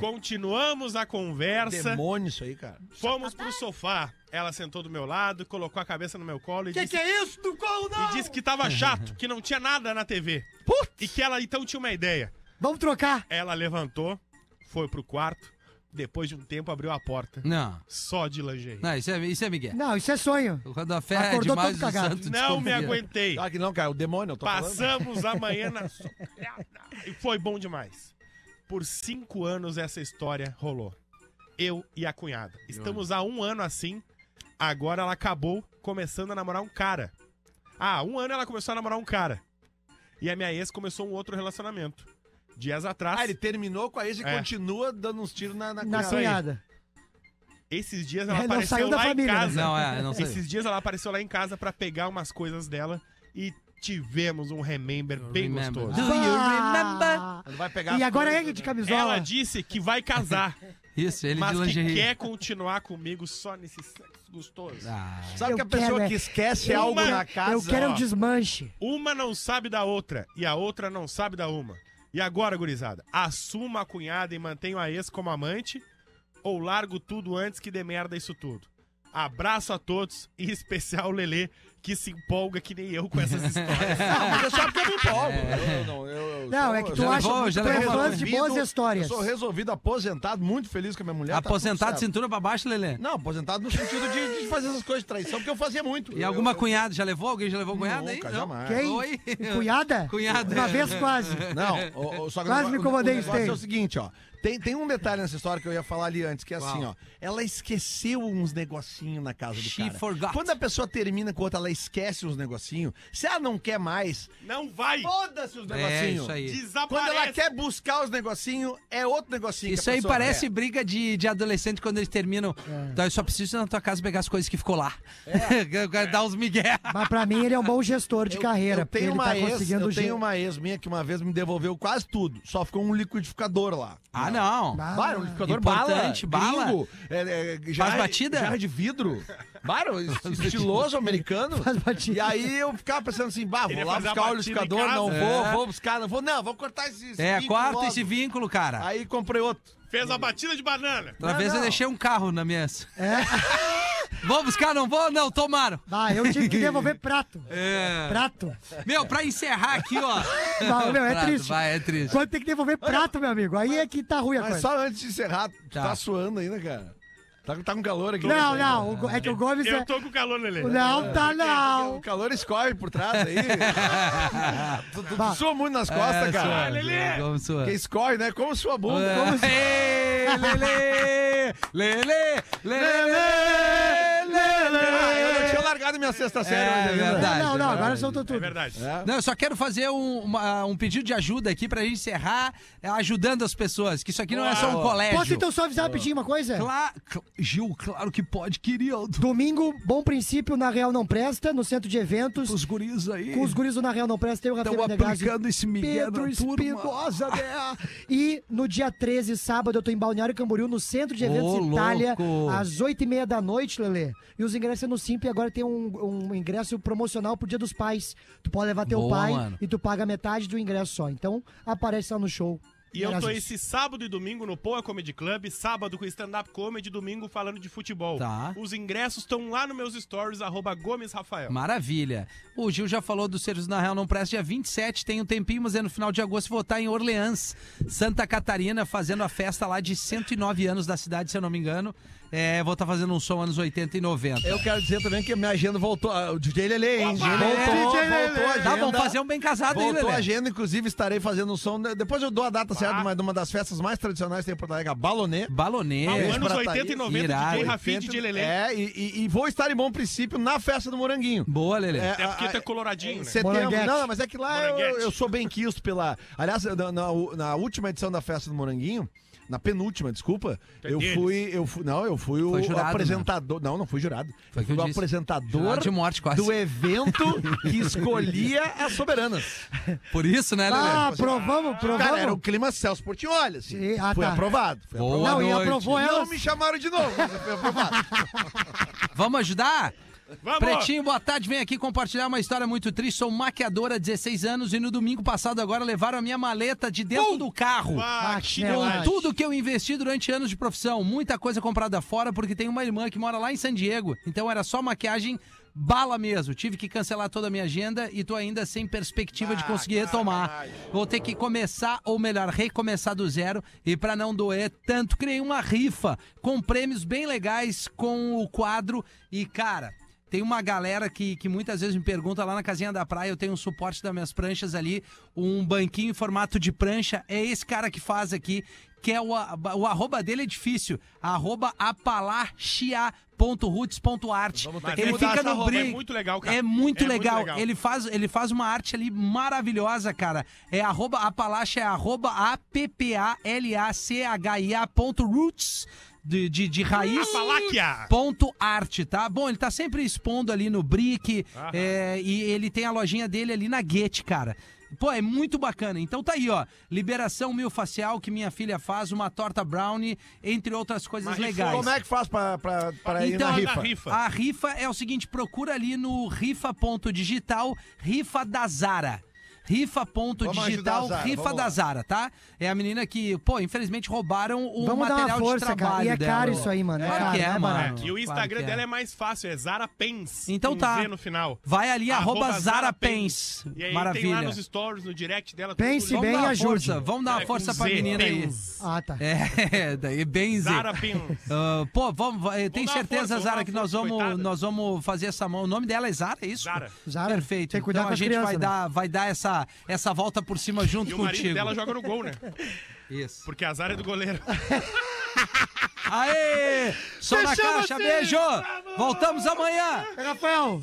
Speaker 5: Continuamos a conversa,
Speaker 6: Demônio isso aí, cara.
Speaker 5: fomos pro sofá. Ela sentou do meu lado, colocou a cabeça no meu colo e,
Speaker 7: que
Speaker 5: disse,
Speaker 7: que é isso? Do colo
Speaker 5: e
Speaker 7: não!
Speaker 5: disse que tava chato, que não tinha nada na TV. E que ela então tinha uma ideia.
Speaker 7: Vamos trocar.
Speaker 5: Ela levantou, foi pro quarto, depois de um tempo abriu a porta,
Speaker 4: Não.
Speaker 5: só de lingerie.
Speaker 4: Hum. Não, isso é, isso é Miguel.
Speaker 7: Não, isso é sonho.
Speaker 4: Quando a fé é
Speaker 7: Acordou
Speaker 4: demais,
Speaker 7: todo
Speaker 4: o
Speaker 7: cagado.
Speaker 4: santo
Speaker 5: Não me
Speaker 4: desconfia.
Speaker 5: aguentei.
Speaker 6: Claro Ah, que não, cara. O demônio, eu tô falando.
Speaker 5: Passamos a manhã na socada. E foi bom demais. Por cinco anos essa história rolou. Eu e a cunhada. Estamos há um ano assim. Agora ela acabou começando a namorar um cara. Ah, um ano ela começou a namorar um cara. E a minha ex começou um outro relacionamento. Dias atrás,
Speaker 6: Ah, ele terminou com a ex e
Speaker 5: É.
Speaker 6: continua dando uns tiros na, na,
Speaker 7: Na
Speaker 6: cunhada.
Speaker 7: cunhada.
Speaker 5: esses dias ela
Speaker 7: Não
Speaker 5: apareceu
Speaker 7: saiu da
Speaker 5: lá
Speaker 7: família,
Speaker 5: em
Speaker 7: né?
Speaker 5: casa.
Speaker 4: Não, é, não sei.
Speaker 5: Esses dias ela apareceu lá em casa pra pegar umas coisas dela e tivemos um remember bem
Speaker 4: Remember.
Speaker 5: gostoso.
Speaker 4: Do you remember?
Speaker 7: Bah.
Speaker 6: Ele vai pegar as
Speaker 7: E agora
Speaker 6: coisas,
Speaker 7: ele de
Speaker 6: né?
Speaker 7: camisola.
Speaker 5: Ela disse que vai casar.
Speaker 4: Isso, ele de
Speaker 5: mas que
Speaker 4: lingerie.
Speaker 5: quer continuar comigo só nesse sexo gostoso.
Speaker 4: Ah,
Speaker 6: Sabe
Speaker 7: Eu
Speaker 6: que a pessoa
Speaker 7: quero, é.
Speaker 6: que esquece
Speaker 5: Uma-
Speaker 6: algo na casa.
Speaker 7: Eu quero
Speaker 6: ó,
Speaker 7: um desmanche.
Speaker 5: Uma não sabe da outra e a outra não sabe da uma. E agora, gurizada, assuma a cunhada e mantenho a ex como amante ou largo tudo antes que dê merda isso tudo? Abraço a todos, e em especial o Lelê, que se empolga que nem eu com essas histórias.
Speaker 6: Não, mas é só porque eu me empolgo. Eu não, eu- eu
Speaker 7: Não,
Speaker 6: sou-
Speaker 7: é que tu
Speaker 6: eu
Speaker 7: acha
Speaker 4: levou-
Speaker 7: que
Speaker 4: já
Speaker 7: tu é
Speaker 4: levou uma
Speaker 7: fã de boas
Speaker 6: resolvido-
Speaker 7: histórias.
Speaker 6: Eu sou resolvido aposentado, muito feliz com a minha mulher. tá tudo
Speaker 4: Aposentado de
Speaker 6: certo.
Speaker 4: cintura pra baixo, Lelê?
Speaker 6: Não, aposentado no sentido de, de fazer essas coisas de traição, porque eu fazia muito.
Speaker 4: E
Speaker 6: Eu-
Speaker 4: alguma
Speaker 6: eu-
Speaker 4: cunhada? Já levou? Alguém já levou cunhada aí?
Speaker 6: Nunca,
Speaker 4: Não?
Speaker 6: jamais.
Speaker 7: Quem?
Speaker 4: Oi?
Speaker 7: é Cunhada?
Speaker 4: Cunhada.
Speaker 7: Uma vez quase.
Speaker 6: Não, o, o, só que
Speaker 7: Quase
Speaker 6: o-
Speaker 7: me
Speaker 6: o-
Speaker 7: incomodei,
Speaker 6: o negócio
Speaker 7: Sten.
Speaker 6: é o seguinte, ó. Tem, tem um detalhe nessa história que eu ia falar ali antes, que é assim, ó. Ela esqueceu uns negocinhos na casa do
Speaker 4: She
Speaker 6: cara.
Speaker 4: forgot.
Speaker 6: Quando a pessoa termina com outra, ela esquece uns negocinhos. Se ela não quer mais,
Speaker 5: Não vai!
Speaker 6: foda-se os negocinhos.
Speaker 4: É, isso aí.
Speaker 6: Quando
Speaker 5: Desaparece!
Speaker 6: ela quer buscar os negocinhos, é outro negocinho. que
Speaker 4: Isso
Speaker 6: a
Speaker 4: aí
Speaker 6: pessoa
Speaker 4: parece
Speaker 6: quer.
Speaker 4: briga de, de adolescente quando eles terminam. Então eu só preciso ir na tua casa pegar as coisas que ficou lá.
Speaker 6: É.
Speaker 4: Dar uns migué.
Speaker 7: Mas pra mim ele é um bom gestor de
Speaker 6: Eu-
Speaker 7: carreira.
Speaker 6: Eu
Speaker 7: porque
Speaker 6: tenho,
Speaker 7: ele
Speaker 6: uma,
Speaker 7: tá
Speaker 6: ex,
Speaker 7: conseguindo
Speaker 6: eu
Speaker 7: ge-
Speaker 6: tenho uma ex minha que uma vez me devolveu quase tudo. Só ficou um liquidificador lá.
Speaker 4: Ah, não.
Speaker 7: Ah,
Speaker 6: Claro, um liquidificador
Speaker 4: Importante, bala.
Speaker 6: bala, gringo, é, é, jarra-
Speaker 4: batida?
Speaker 6: Jarra de vidro. Claro, es- estiloso americano.
Speaker 7: Faz batida.
Speaker 6: E aí eu ficava pensando assim, bah, vou
Speaker 5: Queria
Speaker 6: lá
Speaker 5: fazer a
Speaker 6: buscar o
Speaker 5: batida em casa.
Speaker 6: liquidificador,
Speaker 5: né?
Speaker 6: não
Speaker 4: É.
Speaker 6: vou, vou buscar, não vou, não, vou cortar esse esse
Speaker 4: É,
Speaker 6: vinco
Speaker 4: corta
Speaker 6: logo.
Speaker 4: esse vínculo, cara.
Speaker 6: Aí comprei outro.
Speaker 5: Fez a batida de banana!
Speaker 4: Outra
Speaker 6: Não,
Speaker 4: vez eu
Speaker 6: não.
Speaker 4: deixei um carro na minha. Vou buscar, não vou? Não, tomaram.
Speaker 7: Ah, eu tive que devolver prato.
Speaker 4: É.
Speaker 7: Prato.
Speaker 4: Meu, pra encerrar aqui, ó.
Speaker 7: Não, meu, é
Speaker 4: Prato,
Speaker 7: triste.
Speaker 4: Vai, é triste.
Speaker 7: Quando tem que devolver prato, meu amigo, aí é que tá ruim a
Speaker 6: Mas
Speaker 7: coisa.
Speaker 6: só antes de encerrar, tu
Speaker 4: Tá.
Speaker 6: tá, suando ainda, cara. Tá, tá com calor aqui.
Speaker 7: Não, não, o Go- é que o Gomes é...
Speaker 5: Eu tô com calor, Lelê.
Speaker 7: Não, tá
Speaker 6: O
Speaker 7: não.
Speaker 6: calor escorre por trás aí. tu, tu- tu
Speaker 7: Bah.
Speaker 6: sua muito nas costas,
Speaker 4: É,
Speaker 6: cara.
Speaker 4: sua, É. Lelê. Vamos sua.
Speaker 6: Porque escorre, né? Como sua bunda. Como sua...
Speaker 4: Ei, Lelê! Lelê! Lelê!
Speaker 6: Ah, eu não
Speaker 4: Lelê!
Speaker 6: tinha largado minha sexta série
Speaker 4: É
Speaker 6: hoje né? ainda.
Speaker 4: verdade.
Speaker 7: Não, não, agora soltou
Speaker 5: É
Speaker 7: tudo.
Speaker 5: verdade.
Speaker 4: Não, eu só quero fazer um, uma- um pedido de ajuda aqui pra gente encerrar, é, ajudando as pessoas, que isso aqui não é só um colégio.
Speaker 7: Posso então só avisar rapidinho uma coisa?
Speaker 4: Cla- cl- Gil, claro que pode, querido.
Speaker 7: Domingo, bom princípio, na Real Não Presta, no centro de eventos.
Speaker 8: Os guris aí
Speaker 7: Com os guris do Na Real Não Presta, tem o Rafael
Speaker 8: estão aplicando esse Miguel
Speaker 7: Pedro
Speaker 8: na turma.
Speaker 7: Espinosa, né? E no dia 13, sábado, eu tô em Balneário Camboriú, no Centro de
Speaker 4: Ô,
Speaker 7: Eventos Itália,
Speaker 4: louco.
Speaker 7: às 8h30 da noite, Lelê. E os ingressos é no Simples, agora tem um, um ingresso promocional pro Dia dos Pais. Tu pode levar teu
Speaker 4: Boa,
Speaker 7: pai
Speaker 4: mano.
Speaker 7: e tu paga metade do ingresso só. Então, aparece lá no show.
Speaker 5: E eu tô
Speaker 7: Graças.
Speaker 5: esse sábado e domingo no Poa Comedy Club, sábado com stand-up comedy, domingo falando de futebol.
Speaker 4: Tá.
Speaker 5: Os ingressos estão lá nos meus stories, arroba Gomes Rafael.
Speaker 4: Maravilha. O Gil já falou do Serviço na Real Não Presta. Dia 27 tem um tempinho, mas é no final de agosto. Vou estar em Orleans, Santa Catarina, fazendo a festa lá de 109 anos da cidade, se eu não me engano. É, vou estar fazendo um som anos 80 e 90.
Speaker 6: Eu quero dizer também que a minha agenda voltou. ah, O DJ Lele, hein?
Speaker 7: É,
Speaker 5: Opa!
Speaker 6: Voltou,
Speaker 4: DJ
Speaker 6: voltou a agenda.
Speaker 4: Tá bom, fazer um bem casado aí,
Speaker 6: Voltou a
Speaker 4: Lelê.
Speaker 6: agenda, inclusive estarei fazendo um som. Depois eu dou a data certa, mas de uma das festas mais tradicionais que tem em Porto Alegre, a Balonê.
Speaker 4: Balonê.
Speaker 5: Ah,
Speaker 6: Beijo
Speaker 5: anos
Speaker 6: pra
Speaker 5: 80 e
Speaker 6: Thaís.
Speaker 5: 90,
Speaker 4: Irado.
Speaker 5: DJ Rafinha e DJ Lelê. É,
Speaker 6: É, e, e- e vou estar em bom princípio na festa do Moranguinho.
Speaker 4: Boa, Lelê.
Speaker 5: porque tu
Speaker 6: a-
Speaker 5: é coloradinho,
Speaker 6: Em
Speaker 5: né?
Speaker 6: setembro.
Speaker 7: Moranguete.
Speaker 6: Não, não, mas é que lá eu,
Speaker 5: Moranguete.
Speaker 6: eu sou bem quisto pela. Aliás, na, na- na última edição da festa do Moranguinho. Na penúltima, desculpa.
Speaker 5: Tu é
Speaker 6: eu
Speaker 5: deles.
Speaker 6: fui, eu fui, não, eu fui o
Speaker 4: Foi jurado, né?
Speaker 6: apresentador. Não, não fui jurado.
Speaker 4: Foi o que eu
Speaker 6: fui o
Speaker 4: disse.
Speaker 6: apresentador
Speaker 4: Jurado de morte, quase.
Speaker 6: do evento que escolhia as soberanas.
Speaker 4: Por isso, né, Lelê?
Speaker 7: Ah, provamos, provamos.
Speaker 6: Cara, Então, era o clima Celso Portiolli, assim.
Speaker 7: Sim, ah,
Speaker 6: foi
Speaker 7: tá.
Speaker 6: aprovado. Foi
Speaker 4: Boa
Speaker 6: aprovado.
Speaker 7: Não, e
Speaker 4: noite.
Speaker 7: aprovou
Speaker 6: Não
Speaker 7: elas.
Speaker 6: me chamaram de novo, mas foi aprovado.
Speaker 4: Vamos ajudar?
Speaker 5: Vamos!
Speaker 4: Pretinho, boa tarde. Vem aqui compartilhar uma história muito triste. Sou maquiadora, 16 anos, e no domingo passado agora levaram a minha maleta de dentro do carro.
Speaker 5: Ah,
Speaker 7: Ah,
Speaker 5: que
Speaker 7: que
Speaker 5: chinelagem.
Speaker 7: relaxa.
Speaker 4: Tudo que eu investi durante anos de profissão, muita coisa comprada fora, porque tem uma irmã que mora lá em San Diego. Então era só maquiagem bala mesmo. Tive que cancelar toda a minha agenda e tô ainda sem perspectiva de conseguir retomar. Vou ter que começar, ou melhor, recomeçar do zero. E pra não doer tanto, criei uma rifa com prêmios bem legais com o quadro. E, cara, tem uma galera que, que muitas vezes me pergunta lá na casinha da praia, eu tenho um suporte das minhas pranchas ali, um banquinho em formato de prancha. É esse cara que faz aqui, que é o, a- o arroba dele é difícil. Arroba apalachia.roots.art.
Speaker 5: ter que
Speaker 4: Ele
Speaker 5: mudar
Speaker 4: fica
Speaker 5: essa
Speaker 4: no
Speaker 5: arroba, é
Speaker 4: brinco.
Speaker 5: muito legal, cara.
Speaker 4: É muito
Speaker 5: É muito
Speaker 4: legal.
Speaker 5: legal.
Speaker 4: Ele faz, ele faz uma arte ali maravilhosa, cara. É arroba apalachia, é arroba A-P-P-A-L-A-C-H-I-A ponto roots, de, de, de raiz.
Speaker 5: Paláquia!
Speaker 4: Ponto Arte, tá? Bom, ele tá sempre expondo ali no Brick é, e ele tem a lojinha dele ali na Guete, cara. Pô, é muito bacana. Então tá aí, ó. Liberação miofacial que minha filha faz, uma torta brownie, entre outras coisas
Speaker 5: Mas
Speaker 4: legais.
Speaker 6: Como é que faz pra, pra, pra ir
Speaker 4: Então,
Speaker 6: na
Speaker 5: Na
Speaker 6: rifa?
Speaker 5: rifa.
Speaker 4: A rifa é o seguinte, procura ali no rifa.digital, rifa da Zara.
Speaker 6: Vamos
Speaker 4: Rifa.digital,
Speaker 6: ajudar a Zara,
Speaker 4: rifa
Speaker 6: vamos
Speaker 4: da
Speaker 6: lá.
Speaker 4: Zara, tá? É a menina que, pô, infelizmente roubaram o
Speaker 7: Vamos dar
Speaker 4: material
Speaker 7: uma força,
Speaker 4: de trabalho
Speaker 7: cara. E é
Speaker 4: dela.
Speaker 7: caro isso aí, mano. É,
Speaker 4: Claro
Speaker 7: caro,
Speaker 4: que é,
Speaker 7: não
Speaker 4: mano.
Speaker 7: barato.
Speaker 5: E o
Speaker 4: Claro
Speaker 5: Instagram
Speaker 4: que é.
Speaker 5: dela é mais fácil, é Zara Pens.
Speaker 4: Então
Speaker 5: com
Speaker 4: tá.
Speaker 5: Z no final.
Speaker 4: Vai ali, arroba Zara Pens.
Speaker 5: E aí tem lá
Speaker 4: Maravilha.
Speaker 5: nos stories, no direct dela. tudo
Speaker 7: Pense
Speaker 5: lindo.
Speaker 4: Vamos
Speaker 7: bem
Speaker 4: dar
Speaker 7: e
Speaker 4: uma
Speaker 7: ajude.
Speaker 4: força, vamos dar uma
Speaker 5: É, com
Speaker 4: força pra
Speaker 5: Z,
Speaker 4: menina aí.
Speaker 5: Pens.
Speaker 7: Ah, tá.
Speaker 4: É, daí bem Z.
Speaker 5: Zara Pens.
Speaker 4: Ah, pô, vamos, vai- tem
Speaker 5: dar uma
Speaker 4: certeza,
Speaker 5: força, vamos dar
Speaker 4: Zara,
Speaker 5: uma
Speaker 4: que nós
Speaker 5: força,
Speaker 4: vamos,
Speaker 5: coitada.
Speaker 4: nós vamos fazer essa mão. O nome dela é Zara, é isso?
Speaker 5: Zara.
Speaker 7: Zara.
Speaker 4: Perfeito.
Speaker 7: Tem que cuidar
Speaker 4: então a
Speaker 7: com a
Speaker 4: gente
Speaker 7: criança,
Speaker 4: vai
Speaker 7: né?
Speaker 4: dar, vai dar essa, essa volta por cima junto
Speaker 5: E o marido
Speaker 4: contigo.
Speaker 5: dela joga no gol, né?
Speaker 4: Isso.
Speaker 5: Porque a Zara é do goleiro.
Speaker 4: Aê! Só na
Speaker 5: Fechamos
Speaker 4: caixa,
Speaker 5: assim.
Speaker 4: beijo! Voltamos amanhã!
Speaker 7: Rafael,